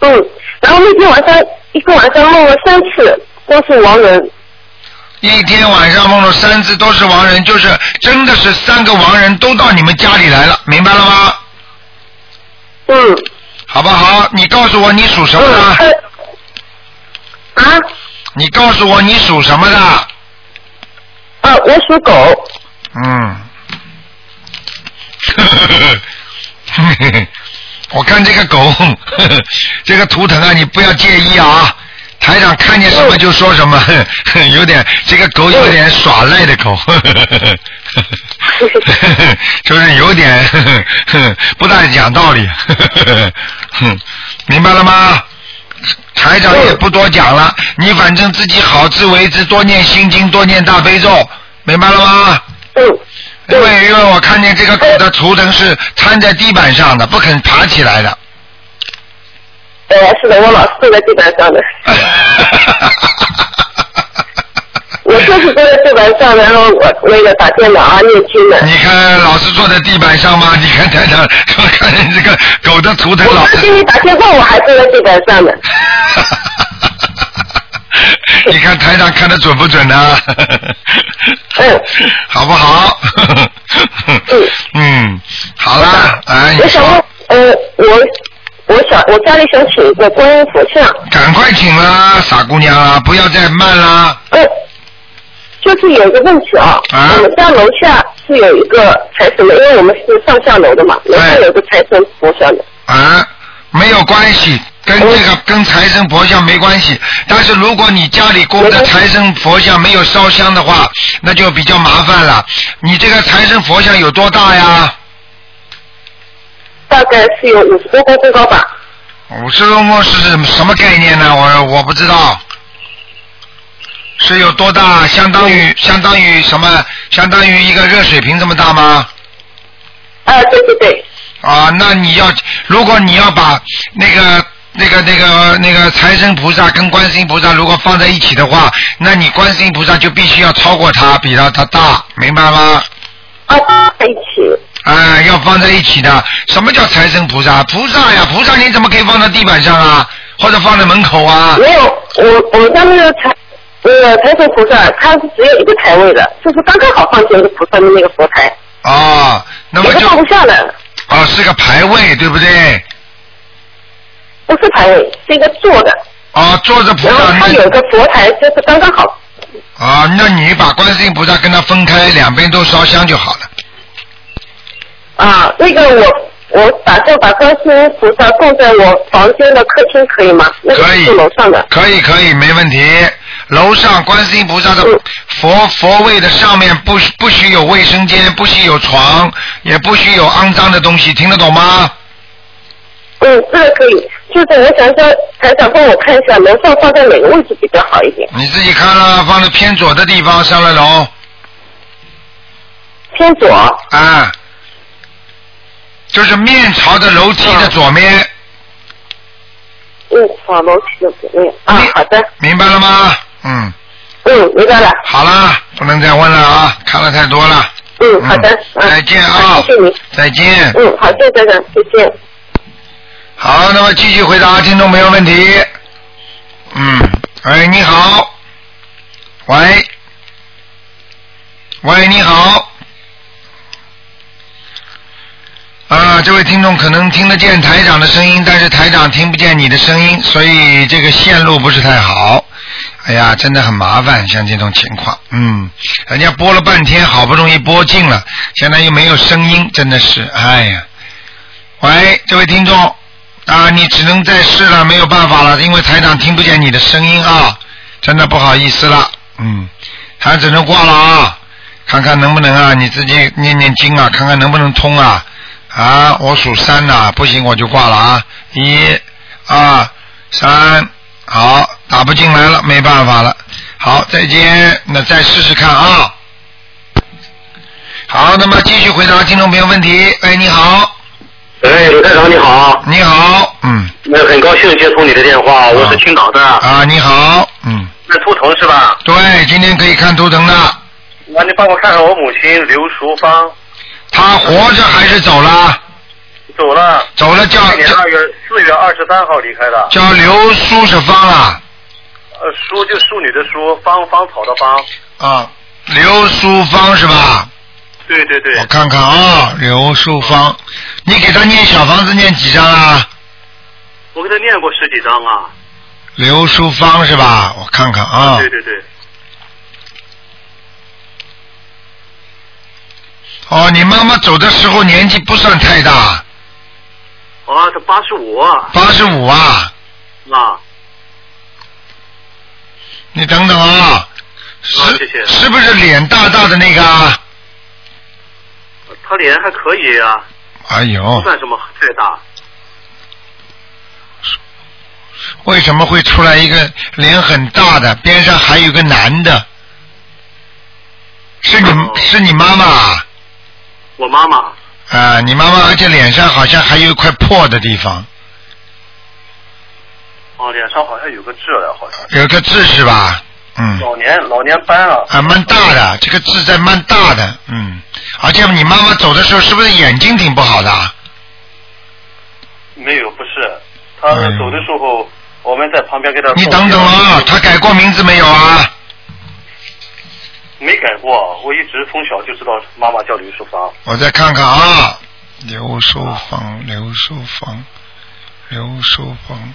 S4: 嗯。然后那天晚上一个晚上梦了三次，都是亡人。
S1: 一天晚上梦到三次都是亡人，就是真的是三个亡人都到你们家里来了，明白了吗？
S4: 嗯
S1: 好不好？你告诉我你属什么
S4: 嗯，
S1: 的？
S4: 她啊
S1: 你告诉我你属什么的？
S4: 啊，我属狗。
S1: 嗯。 我看这个狗， 这个图腾啊，你不要介意啊。台长看见什么就说什么， 有点这个狗有点耍赖的狗， 就是有点 不大讲道理， 嗯明白了吗？台长也不多讲了，你反正自己好自为之，多念心经，多念大悲咒，明白了吗？
S4: 嗯
S1: 因为因为我看见这个狗的图腾是瘫在地板上的，不肯爬起来的。
S4: 呃，是的，我老是坐在地板上的， 我就是坐在地板上，然后我那个打电脑啊、念经的。
S1: 你看，老是坐在地板上吗？你看台长， 我看见这个狗的图腾
S4: 我
S1: 老
S4: 刚给
S1: 是。
S4: 你打电话，我还坐在地板上呢。
S1: 你看台长看的准不准呢、啊
S4: 嗯
S1: 好不好？
S4: 嗯
S1: 嗯，好啦，哎，你
S4: 我想问
S1: 说，，
S4: 呃，我我想我家里想请一个观音佛像，
S1: 赶快请啦，傻姑娘啊，不要再慢啦。
S4: 呃，就是有一个问题啊，
S1: 啊
S4: 我们家楼下是有一个财神的，因为我们是上下楼的嘛，楼
S1: 哎
S4: 下有个财神佛像的。
S1: 啊，没有关系，跟这
S4: 嗯
S1: 个跟财神佛像没关系。但是如果你家里供
S4: 嗯
S1: 的财神佛像没有烧香的话，那就比较麻烦了。你这个财神佛像有多大呀？
S4: 大概是有五十多公分高吧，
S1: 五十多公是什么概念呢？我我不知道，是有多大？相当于相当于什么？相当于一个热水瓶这么大吗？
S4: 啊，对对对，
S1: 啊，那你要如果你要把那个那个那个那个财神菩萨跟观世音菩萨如果放在一起的话，那你观世音菩萨就必须要超过他，比他他大，明白吗？
S4: 啊，在一起，
S1: 啊，要放在一起的。什么叫财神菩萨？菩萨呀，菩萨你怎么可以放在地板上啊？或者放在门口啊？
S4: 没有，我我们家那个财那个财神菩萨，它是只有一个台位的，就是刚刚好放进一个菩萨的那个佛台，
S1: 哦，那
S4: 也
S1: 么
S4: 是
S1: 就
S4: 放不下了，
S1: 哦是个牌位，对不对？
S4: 不是台位，是一个坐的。
S1: 哦，坐着菩
S4: 然后
S1: 萨
S4: 它有
S1: 那
S4: 个佛台，就是刚刚好。
S1: 啊，那你把观世音菩萨跟他分开，两边都烧香就好了。
S4: 啊，那个我我打算把观世音菩萨供在我房间的客厅，可以吗？那个
S1: 可以
S4: 是楼上的。
S1: 可以可以，没问题。楼上观世音菩萨的
S4: 嗯
S1: 佛佛位的上面不许不许有卫生间，不许有床，也不许有肮脏的东西，听得懂吗？
S4: 嗯，这个可以。就是我想说，台长帮我看一下，楼上放在哪个位置比较好一点？
S1: 你自己看了，放在偏左的地方，上来楼
S4: 偏左。
S1: 啊，就是面朝着楼梯的左面，
S4: 嗯，好，楼梯的左面。啊
S1: 你，
S4: 好的。
S1: 明白了吗？嗯，
S4: 嗯，明白了。
S1: 好啦，不能再问了啊，看了太多了。
S4: 嗯，好的。嗯
S1: 再见啊！
S4: 谢谢你。
S1: 再见。
S4: 嗯，好，谢谢先生，再见。
S1: 好，那么继续回答听众朋友问题。嗯，哎，你好，喂，喂，你好，啊，这位听众可能听得见台长的声音，但是台长听不见你的声音，所以这个线路不是太好。哎呀，真的很麻烦，像这种情况，嗯，人家播了半天，好不容易播尽了，现在又没有声音，真的是，哎呀。喂，这位听众，啊，你只能再试了，没有办法了，因为台长听不见你的声音啊，真的不好意思了，嗯，他只能挂了啊，看看能不能啊，你自己念念经啊，看看能不能通啊，啊，我数三呐、不行我就挂了啊，一、二、三，好，打不进来了，没办法了，好，再见，那再试试看啊。好，那么继续回答听众朋友问题。哎，你好。
S7: 哎，刘台长你好，
S1: 你好，嗯，
S7: 那很高兴接通你的电话，我是青岛的，
S1: 啊，你好，嗯，
S7: 那秃头是吧？
S1: 对，今天可以看图腾的，
S7: 那你帮我看看我母亲刘淑芳
S1: 他活着还是走了？
S7: 走了，
S1: 走了叫
S7: 去年
S1: 叫
S7: 二月四月二十三号离开的，
S1: 叫刘苏什芳啊
S7: 呃，淑就淑女的淑，芳芳草的芳，
S1: 啊，刘淑芳是吧？
S7: 对对对
S1: 我，看看啊，刘淑芳，你给他念小房子念几张啊？
S7: 我给她念过十几张啊，
S1: 刘淑芳是吧？我看看啊
S7: 对，对对，
S1: 哦，你妈妈走的时候年纪不算太大，
S7: 啊，她八十五啊，
S1: 八十五啊，
S7: 啊，
S1: 你等等啊，
S7: 啊
S1: 是
S7: 谢谢
S1: 是不是脸大大的那个啊？
S7: 她脸还可以啊，
S1: 哎
S7: 不
S1: 呦，
S7: 算什么太大，
S1: 为什么会出来一个脸很大的，边上还有个男的？是你
S7: 哦
S1: 是你妈妈啊、
S7: 我妈妈，
S1: 啊你妈妈，而且脸上好像还有一块破的地方，
S7: 哦，脸上好像有个痣了，好像
S1: 有一个痣是吧？嗯，
S7: 老年老年斑啊，
S1: 啊，蛮大的，这个痣在蛮大的，嗯，而且你妈妈走的时候是不是眼睛挺不好的啊？
S7: 没有，不是，她
S1: 嗯
S7: 走的时候，我们在旁边给她。
S1: 你等等啊，她改过名字没有啊？
S7: 没改过，我一直从小就知道妈妈叫刘淑芳。
S1: 我再看看啊，刘淑芳，刘淑芳，刘淑芳，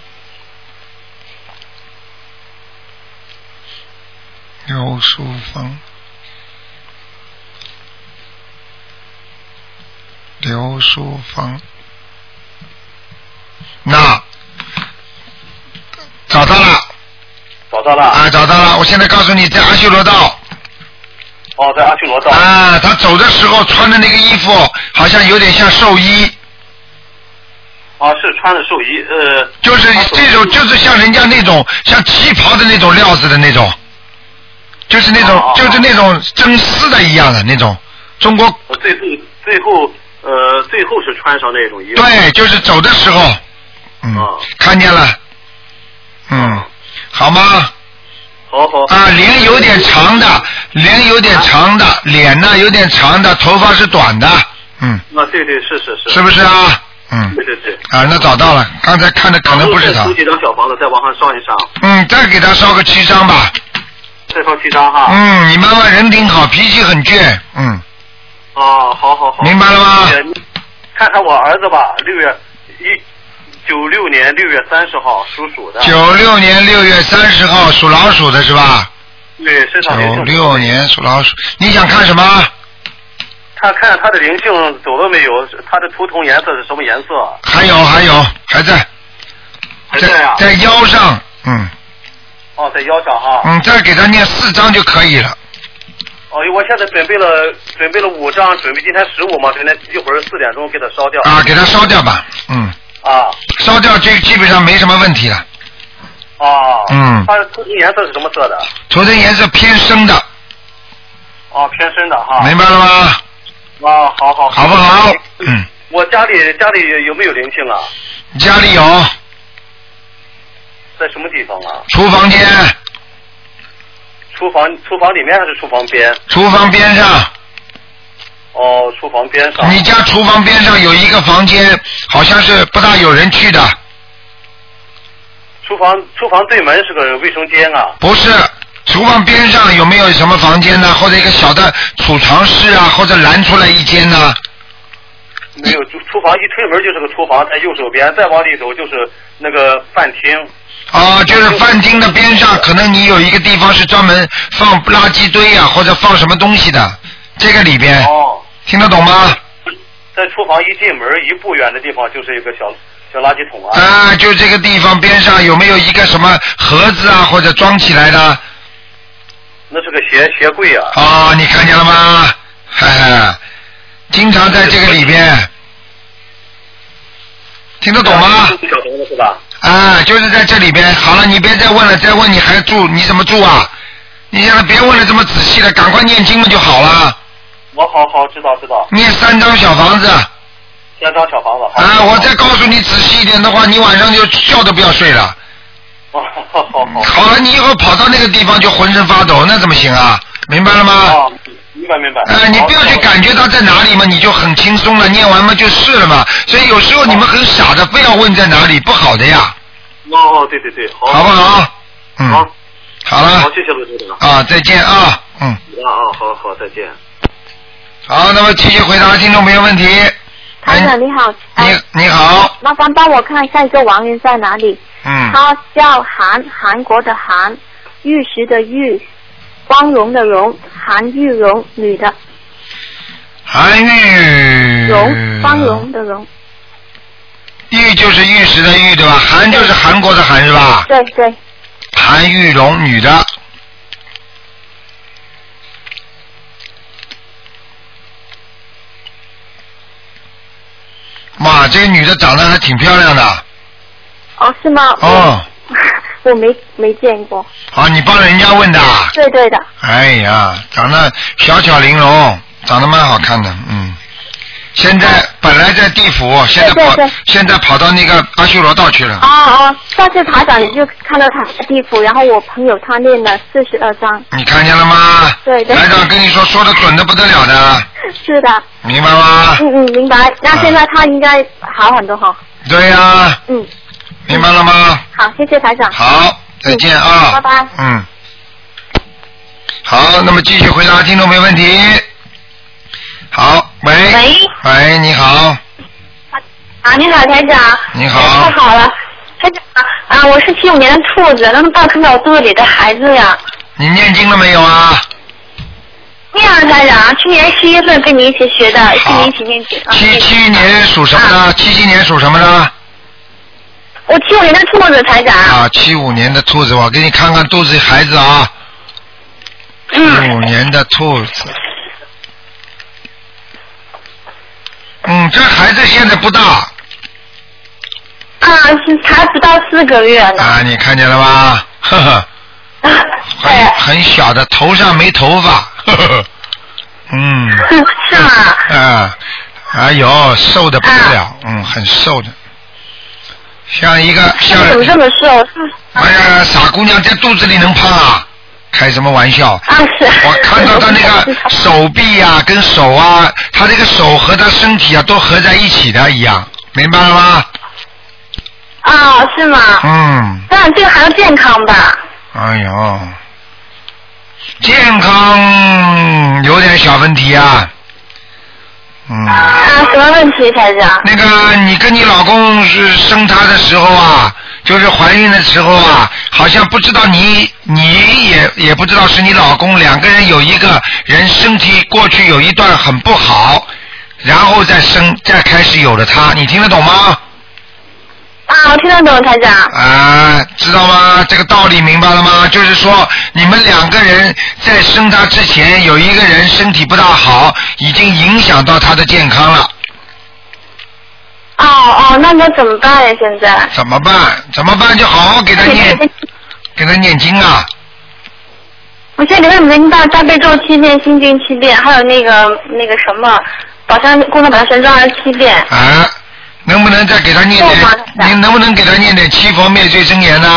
S1: 刘淑芳，刘淑芳，那找到了
S7: 找到了，
S1: 啊，找到了！我现在告诉你，在阿修罗道。
S7: 哦，在阿修罗道。
S1: 啊，他走的时候穿的那个衣服好像有点像寿衣，
S7: 啊，是穿着寿衣，呃，
S1: 就是这种，就是像人家那种像旗袍的那种料子的那种，就是那种
S7: 哦
S1: 就是那种真丝的一样的那种。中国
S7: 我最后最后呃最后是穿上那种衣服。
S1: 对，就是走的时候，嗯
S7: 哦，
S1: 看见了，嗯，好吗？
S7: 好好。
S1: 啊，脸有点长的，脸有点长
S7: 啊
S1: 的，脸呢有点长的，头发是短的，嗯，
S7: 啊，对对是是是。
S1: 是不是啊？嗯，
S7: 对对对。
S1: 啊，那找到了，刚才看的可能不是
S7: 然
S1: 他
S7: 后再，出几张小房子，再往上上一上，
S1: 嗯，再给他烧个七张吧，
S7: 再上七张哈。
S1: 嗯，你妈妈人挺好，脾气很倔，嗯，
S7: 啊，好好好。
S1: 明白了吗
S7: 谢谢你看看我儿子吧，六月一九六年六月三十号属鼠的。
S1: 九六年六月三十号属老鼠的是吧？
S7: 对，身上
S1: 九
S7: 灵性。
S1: 六年属老鼠，你想看什么？
S7: 他看他的灵性走了没有？他的图腾颜色是什么颜色？
S1: 还有还有还在
S7: 还在
S1: 在
S7: 啊？
S1: 在腰上，嗯
S7: 哦，在腰上哈。
S1: 嗯，再给他念四张就可以了。
S7: 哦，我现在准备了准备了五张，准备今天十五嘛，今天一会儿四点钟给它烧掉。
S1: 啊，给他烧掉吧，嗯，
S7: 啊
S1: 烧掉这基本上没什么问题了。
S7: 啊。
S1: 嗯
S7: 它的图腾颜色是什么色的？
S1: 头层颜色偏深的，
S7: 哦，偏深的哈。
S1: 明白了吗？
S7: 啊，好好。
S1: 好不好？嗯，
S7: 我家里家里有没有灵性啊？
S1: 你家里有
S7: 在什么地方啊？
S1: 厨房间，
S7: 厨房厨房里面还是厨房边？
S1: 厨房边上，
S7: 哦，厨房边上。
S1: 你家厨房边上有一个房间，好像是不大有人去的，
S7: 厨房厨房对门是个卫生间啊。
S1: 不是。厨房边上有没有什么房间呢？或者一个小的储藏室啊，或者拦出来一间呢？
S7: 没有，厨厨房一推门就是个厨房，在右手边，再往里走就是那个饭厅。
S1: 啊，就是饭厅的边上，可能你有一个地方是专门放垃圾堆啊，或者放什么东西的，这个里边
S7: 哦，
S1: 听得懂吗？
S7: 在厨房一进门一步远的地方就是一个小小垃圾桶啊。
S1: 啊，就这个地方边上有没有一个什么盒子啊，或者装起来的？
S7: 那是个鞋鞋柜啊。
S1: 啊，你看见了吗？ 哈哈，经常在这个里边，听得懂吗？
S7: 住小房子是吧？
S1: 啊，就是在这里边。好了，你别再问了，再问你还住，你怎么住啊？你现在别问了这么仔细了，赶快念经嘛就好了。
S7: 我好好知道知道，
S1: 念三张小房子啊！
S7: 先张小房子。好
S1: 我再告诉你仔细一点的话，你晚上就觉都不要睡了。
S7: 哦好好好。
S1: 好啊了，你以后跑到那个地方就浑身发抖，那怎么行啊？明白了吗？
S7: 啊，明白明白。
S1: 呃，你不要去感觉它在哪里嘛，你就很轻松了，念完嘛就是了嘛。所以有时候你们很傻的，非要问在哪里，不好的呀，
S7: 哦哦，哦对对对，好。
S1: 好不好？
S7: 好
S1: 嗯，，好了
S7: 好，谢谢罗先生。
S1: 啊，再见啊，嗯。
S7: 啊啊，好好，再见。
S1: 好，那么继续回答听众朋友问题。
S8: 台长
S1: 哎
S8: 你好，哎，
S1: 你你好，
S8: 麻烦帮我看一下一个亡人在哪里？
S1: 嗯，
S8: 他叫韩，韩国的韩，玉石的玉，光荣的荣，韩玉荣，女的，
S1: 韩玉嗯
S8: 荣，光荣的荣，
S1: 玉就是玉石的玉对吧？韩就是韩国的韩是吧？
S8: 对对，
S1: 韩玉荣，女的。哇，这个女的长得还挺漂亮的
S8: 哦是吗？
S1: 哦。
S8: 我，我没没见过，
S1: 啊，你帮人家问的啊？
S8: 对对的，
S1: 哎呀，长得小巧玲珑，长得蛮好看的，嗯。现在本来在地府，现在
S8: 对
S1: 跑
S8: 对对
S1: 现在跑到那个阿修罗道去了。
S8: 哦哦，上次台长你就看到他的地府，然后我朋友他念了四十二章，
S1: 你看见了吗？
S8: 对对
S1: 台长跟你说，说的准的不得了的，
S8: 是的，
S1: 明白吗？
S8: 嗯嗯，明白。那
S1: 啊
S8: 现在他应该好很多哈，
S1: 对呀、
S8: 嗯，
S1: 明白了吗？
S8: 好，谢谢台长。
S1: 好，再见啊。
S8: 嗯拜拜
S1: 嗯。好，那么继续回答听众没问题。好，喂。
S4: 喂。
S1: 喂，你好，
S4: 啊，你好，台长。
S1: 你好
S4: 太好了，台长啊，我是七五年的兔子，能不能帮我看看我肚子里的孩子呀？
S1: 你念经了没有啊？
S4: 你好，台长，去年十一月份跟你一起学的，跟你一起念经。啊
S1: 七七年属什么呢？七七年属什么呢？
S4: 我七五年的兔子，台长。
S1: 啊，七五年的兔子，我给你看看肚子里孩子啊。七
S4: 嗯，
S1: 五年的兔子。嗯，这孩子现在不大
S4: 啊，是才不到四个月呢。
S1: 啊，你看见了吧？呵呵， 很
S4: 对，
S1: 很小的，头上没头发。 呵呵，嗯，
S4: 是吗？
S1: 啊，哎呦，瘦的不得
S4: 啊
S1: 了，嗯，很瘦的，像一个像。
S4: 哎怎么这么瘦？
S1: 哎呀，傻姑娘在肚子里能胖啊？开什么玩笑？
S4: 啊是。
S1: 我看到她那 个手臂呀、跟手啊，她这个手和她身体啊都合在一起的一样，明白了吗？
S4: 啊，是吗？
S1: 嗯，
S4: 那这个还要健康吧？
S1: 哎呦，健康有点小问题啊。嗯，
S4: 啊，什么问题，台长？
S1: 那个你跟你老公是生她的时候啊，就是怀孕的时候啊，好像不知道你你也也不知道是你老公，两个人有一个人身体过去有一段很不好，然后再生再开始有了她，你听得懂吗？
S4: 啊，我听得懂，台长。
S1: 啊，知道吗？这个道理明白了吗？就是说，你们两个人在生他之前，有一个人身体不大好，已经影响到他的健康了。
S4: 哦哦，那该怎么办呀？现在？
S1: 怎么办？怎么办？就好好给他念，给他念经啊！
S4: 我现在给他们大大悲咒七遍，心经七遍，还有那个那个什么，宝山功德宝山神咒二十七遍。
S1: 啊，能不能再给他念
S4: 够吗
S1: 啊点？你能不能给他念点七佛灭罪真言呢、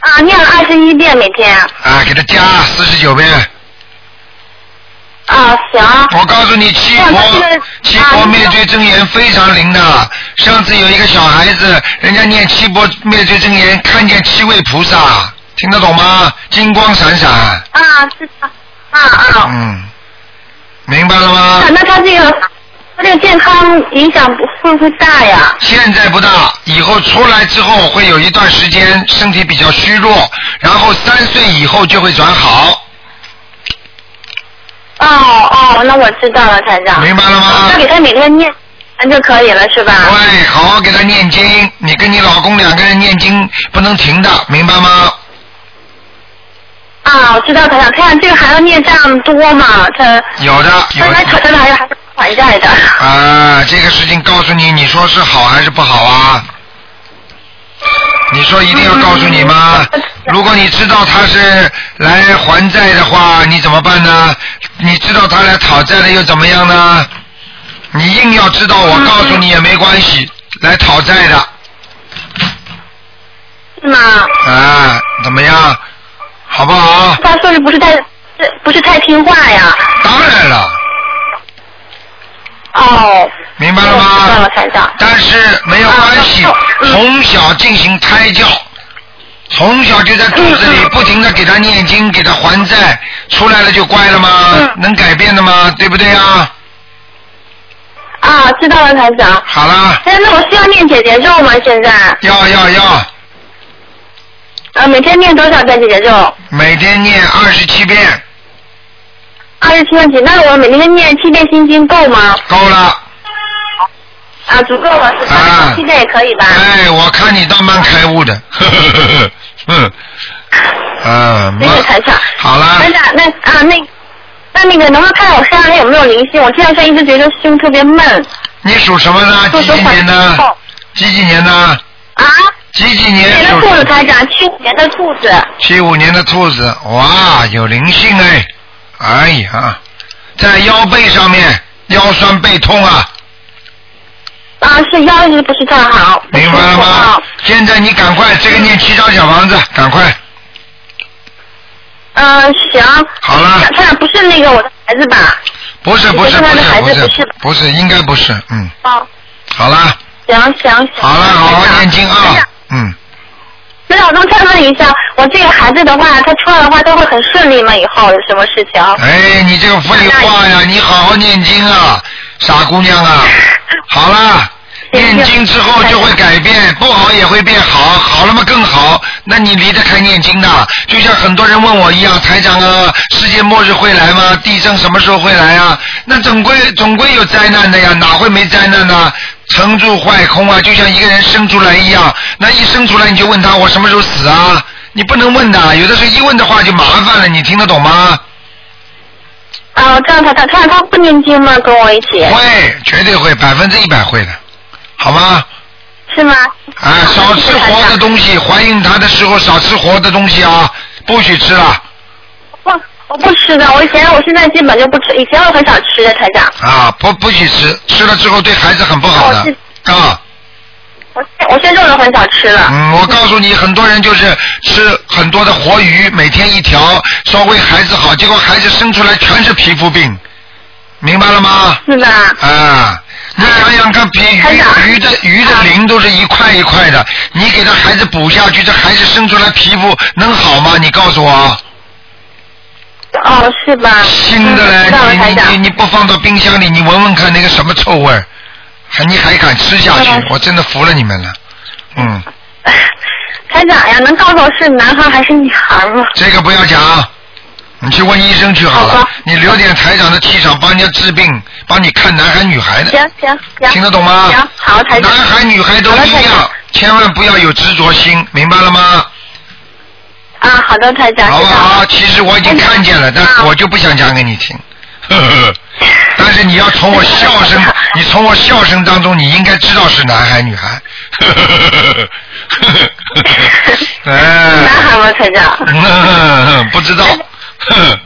S4: 啊，念了二十一遍每天。
S1: 啊，给他加四十九遍。
S4: 啊，行。
S1: 我告诉你，七
S4: 那
S1: 佛
S4: 他这啊个
S1: 七佛灭罪真言非常灵的。上次有一个小孩子，人家念七佛灭罪真言，看见七位菩萨，听得懂吗？金光闪闪。
S4: 啊，知道。啊啊。
S1: 嗯，明白了吗？
S4: 那他这个，他这个健康影响不会不会大呀？
S1: 现在不大，以后出来之后会有一段时间身体比较虚弱，然后三岁以后就会转好，
S4: 哦哦，那我知道了，台长。啊
S1: 明白了吗
S4: 那？给他每天念，嗯就可以了，是吧？
S1: 对，好好给他念经，你跟你老公两个人念经不能停的，明白吗？
S4: 啊，我知道，台长。台长，这个还要念障多吗？他
S1: 有的，有
S4: 他可
S1: 的。
S4: 能还还是还债的。
S1: 啊，这个事情告诉你，你说是好还是不好啊？你说一定要告诉你吗？如果你知道他是来还债的话，你怎么办呢？你知道他来讨债的又怎么样呢？你硬要知道，我告诉你也没关系，来讨债的
S4: 是吗？
S1: 啊，怎么样？好不好？
S4: 他说是不是太是不是太听话呀？
S1: 当然了，
S4: 哦，
S1: 明白了吗？
S4: 我知道了，台长。
S1: 但是没有关系
S4: 啊，嗯
S1: 从小进行胎教，从小就在肚子里不停的给他念经，给他还债，出来了就乖了吗？
S4: 嗯
S1: 能改变的吗？对不对啊？
S4: 啊，知道了，台长。
S1: 好了，
S4: 哎，那我需要念姐姐咒吗？现在？
S1: 要要要，
S4: 呃，每天念多少遍姐姐咒？
S1: 每天念二十七遍，
S4: 二十七遍起，那我每天念七遍心经够吗？
S1: 够了。
S4: 啊，足够了，是吧？
S1: 啊
S4: 七遍也可以吧？
S1: 哎，我看你倒蛮开悟的， 呵呵呵呵，嗯，嗯，
S4: 谢谢台长。
S1: 好了
S4: 台，长，那啊那那那个能不能看我身上还有没有灵性？我这两天一直觉得胸特别闷，
S1: 你属什么呢？
S4: 做哦
S1: 几
S4: 手
S1: 几
S4: 法
S1: 年
S4: 之
S1: 的
S4: 后？
S1: 几几年的？
S4: 啊，
S1: 几几年
S4: 给
S1: 属
S4: 了兔子台长，去年的兔子。
S1: 七五年的兔子，哇，有灵性哎！哎呀，在腰背上面，腰酸背痛啊，
S4: 啊，是腰一直不是太好，不
S1: 明白
S4: 舒
S1: 了
S4: 服
S1: 吗
S4: 啊？
S1: 现在你赶快这个念七张小房子，赶快，
S4: 嗯、行。
S1: 好了
S4: 台长不是那个我的孩子吧？
S1: 不是不是
S4: 你
S1: 不
S4: 跟他的
S1: 是
S4: 孩
S1: 不
S4: 子
S1: 是
S4: 不是吧
S1: 不是，应该不是，嗯，
S4: 哦，
S1: 好了
S4: 行行行。
S1: 好了，好好
S4: 台长
S1: 念经
S4: 台
S1: 啊
S4: 长，
S1: 嗯，
S4: 那我能再问一下，我这个孩子的话，他出来的话，他会很顺利吗？以后有什么事情？
S1: 哎，你这个废话呀，你好好念经啊，傻姑娘啊，好了。念经之后就会改变，不好也会变好，好了嘛更好。那你离得开念经的，就像很多人问我一样，台长啊，世界末日会来吗？地震什么时候会来啊？那总归总归有灾难的呀，哪会没灾难呢？成住坏空啊，就像一个人生出来一样，那一生出来你就问他我什么时候死啊？你不能问的，有的时候一问的话就麻烦了，你听得懂吗？
S4: 啊，我知道他，他他他不念经吗？跟我一起
S1: 会，绝对会，百分之一百会的，好吗？
S4: 是吗？
S1: 啊，少吃活的东西，怀孕她的时候少吃活的东西啊，不许吃了
S4: 不，我不吃的，我以前我现在基本就不吃，以前我很少吃的，台长。
S1: 啊，不不许吃，吃了之后对孩子很不好
S4: 哦
S1: 的
S4: 是
S1: 啊。
S4: 我我现在肉都很少吃了。
S1: 嗯，我告诉你，很多人就是吃很多的活鱼，每天一条，说为孩子好，结果孩子生出来全是皮肤病，明白了吗？
S4: 是吧？
S1: 啊，你想想看，比
S4: 台长
S1: 鱼鱼的鱼的鳞都是一块一块的，你给这孩子补下去，这孩子生出来皮肤能好吗？你告诉我。
S4: 哦，是吧？
S1: 新的
S4: 嗯
S1: 嘞
S4: 知道了，台
S1: 你你你
S4: 长。
S1: 你不放到冰箱里，你闻闻看那个什么臭味儿，还你还敢吃下去
S4: 嗯，
S1: 我真的服了你们了。嗯，
S4: 台长呀，能告诉我是男孩还是女孩吗？
S1: 这个不要讲，你去问医生去好
S4: 好
S1: 了
S4: 吧。
S1: 你留点台长的气场，帮人家治病，帮你看男孩女孩的
S4: 行，行行。
S1: 听得懂吗？
S4: 行，好，台
S1: 男
S4: 长。
S1: 孩女孩都
S4: 好的
S1: 一
S4: 台
S1: 样
S4: 长，
S1: 千万不要有执着心，明白了吗？
S4: 啊，好的，台长。
S1: 好不啊
S4: 知道了
S1: 好？其实我已经看见了，但是我就不想讲给你听。 呵呵。但是你要从我笑声，你从我笑声当中，你应该知道是男孩女孩。呵呵呵呵呵呵。哎
S4: 男孩吗，台长？
S1: 嗯 不知道。呵呵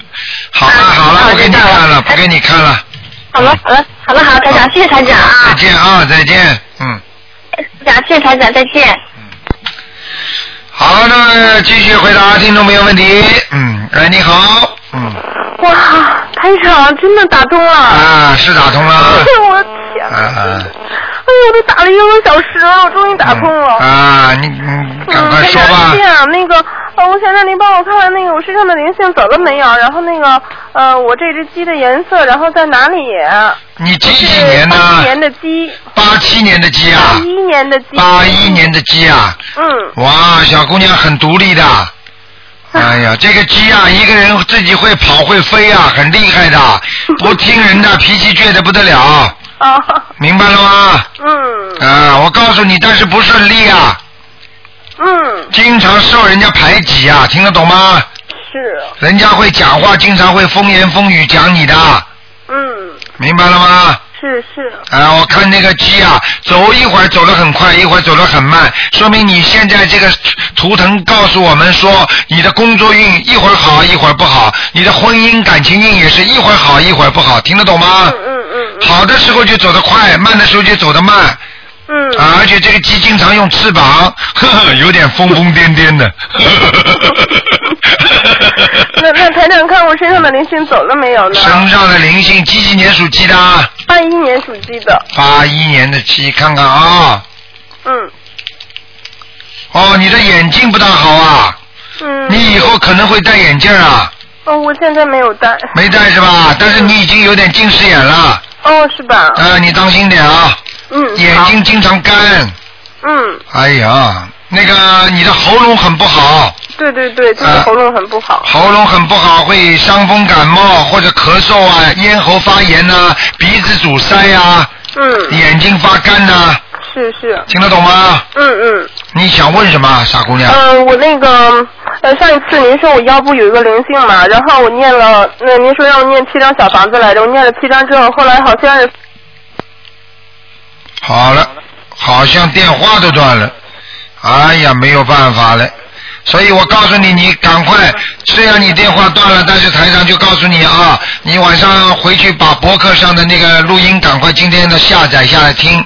S1: 好了好了，不给你看了，不给你看了。
S4: 好了，好了，好了，好，台长，谢谢台长
S1: 再
S4: 啊，
S1: 见啊，再见。嗯。
S4: 台长，谢谢台长，再见。
S1: 好，好，那么继续回答听众朋友问题。嗯，哎，你好，嗯，
S9: 哇，台长真的打通了！
S1: 啊，是打通了。
S9: 哎我的天！
S1: 啊啊
S9: 哎呦，我都打了一个多小时了，我终于打通了。
S1: 啊！你你赶
S9: 嗯，
S1: 快
S9: 台
S1: 说
S9: 长
S1: 吧
S9: 是这。样，那个，呃，我想让您帮我看看那个我身上的灵性走了没有，然后那个，呃，我这只鸡的颜色，然后在哪里？
S1: 你几
S9: 是
S1: 几年呢？
S9: 81年的鸡，
S1: 八七年的鸡
S9: 八
S1: 啊，
S9: 一年的鸡。
S1: 八一年的鸡啊，
S9: 嗯，
S1: 哇，小姑娘很独立的。哎呀，这个鸡啊，一个人自己会跑会飞啊，很厉害的，不听人的，脾气倔得不得了，
S9: 啊，
S1: 明白了吗？
S9: 嗯，
S1: 啊，我告诉你，但是不顺利啊，
S9: 嗯，
S1: 经常受人家排挤啊，听得懂吗？
S9: 是，
S1: 人家会讲话，经常会风言风语讲你的，
S9: 嗯，
S1: 明白了吗？
S9: 是是，
S1: 啊，我看那个鸡啊，走一会儿走得很快，一会儿走得很慢，说明你现在这个图腾告诉我们说，你的工作运一会儿好，一会儿不好，你的婚姻感情运也是一会儿好，一会儿不好，听得懂吗
S9: 嗯？嗯嗯
S1: 好的时候就走得快，慢的时候就走得慢，
S9: 嗯，
S1: 啊，而且这个鸡经常用翅膀， 呵呵，有点疯疯癫癫的。
S9: 那那台长看我身上的灵性走了没有 呢？
S1: 身上的灵性，几几年属鸡的啊？
S9: 八一年属鸡的，
S1: 八一年的鸡，看看啊、
S9: 嗯
S1: 哦，你的眼睛不大好啊，
S9: 嗯。
S1: 你以后可能会戴眼镜啊，
S9: 哦，我现在没有戴。
S1: 没戴是
S9: 嗯
S1: 吧？但是你已经有点近视眼了，啊、
S9: 哦，是吧？
S1: 你当心点啊，
S9: 嗯。
S1: 眼
S9: 好。
S1: 睛经常干，
S9: 嗯，
S1: 哎呀，那个你的喉咙很不好，
S9: 对对对，就是
S1: 啊
S9: 喉咙很不好。
S1: 喉咙很不好，会伤风感冒或者咳嗽啊，咽喉发炎呐、鼻子阻塞呀、
S9: 嗯，
S1: 眼睛发干呐、
S9: 是是。
S1: 听得懂吗？
S9: 嗯嗯。
S1: 你想问什么，傻姑娘？
S9: 呃，我那个呃，上一次您说我腰部有一个灵性嘛，然后我念了，那、您说让我念七张小房子来着，我念了七张之后，后来好像是
S1: 好了，好像电话都断了。哎呀，没有办法了。所以我告诉你，你赶快，虽然你电话断了，但是台上就告诉你啊，你晚上回去把博客上的那个录音赶快今天的下载下来听，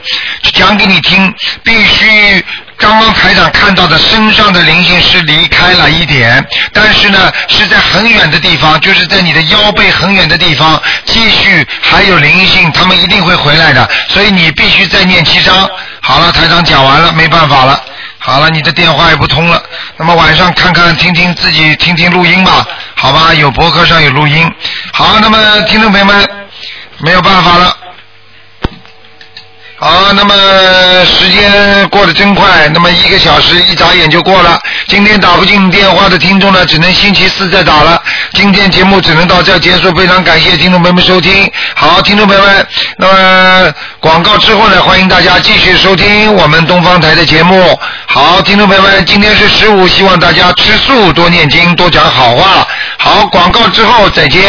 S1: 讲给你听，必须。刚刚台长看到的身上的灵性是离开了一点，但是呢是在很远的地方，就是在你的腰背很远的地方，继续还有灵性，他们一定会回来的，所以你必须再念七章。好了，台长讲完了，没办法了。好了，你的电话也不通了，那么晚上看看听听自己听听录音吧，好吧？有博客上有录音。好，那么听众朋友们，没有办法了。好，那么时间过得真快，那么一个小时一眨眼就过了。今天打不进电话的听众呢，只能星期四再打了。今天节目只能到这儿结束，非常感谢听众朋友们收听。好，听众朋友们，那么广告之后呢，欢迎大家继续收听我们东方台的节目。好，听众朋友们，今天是十五，希望大家吃素，多念经，多讲好话。好，广告之后再见。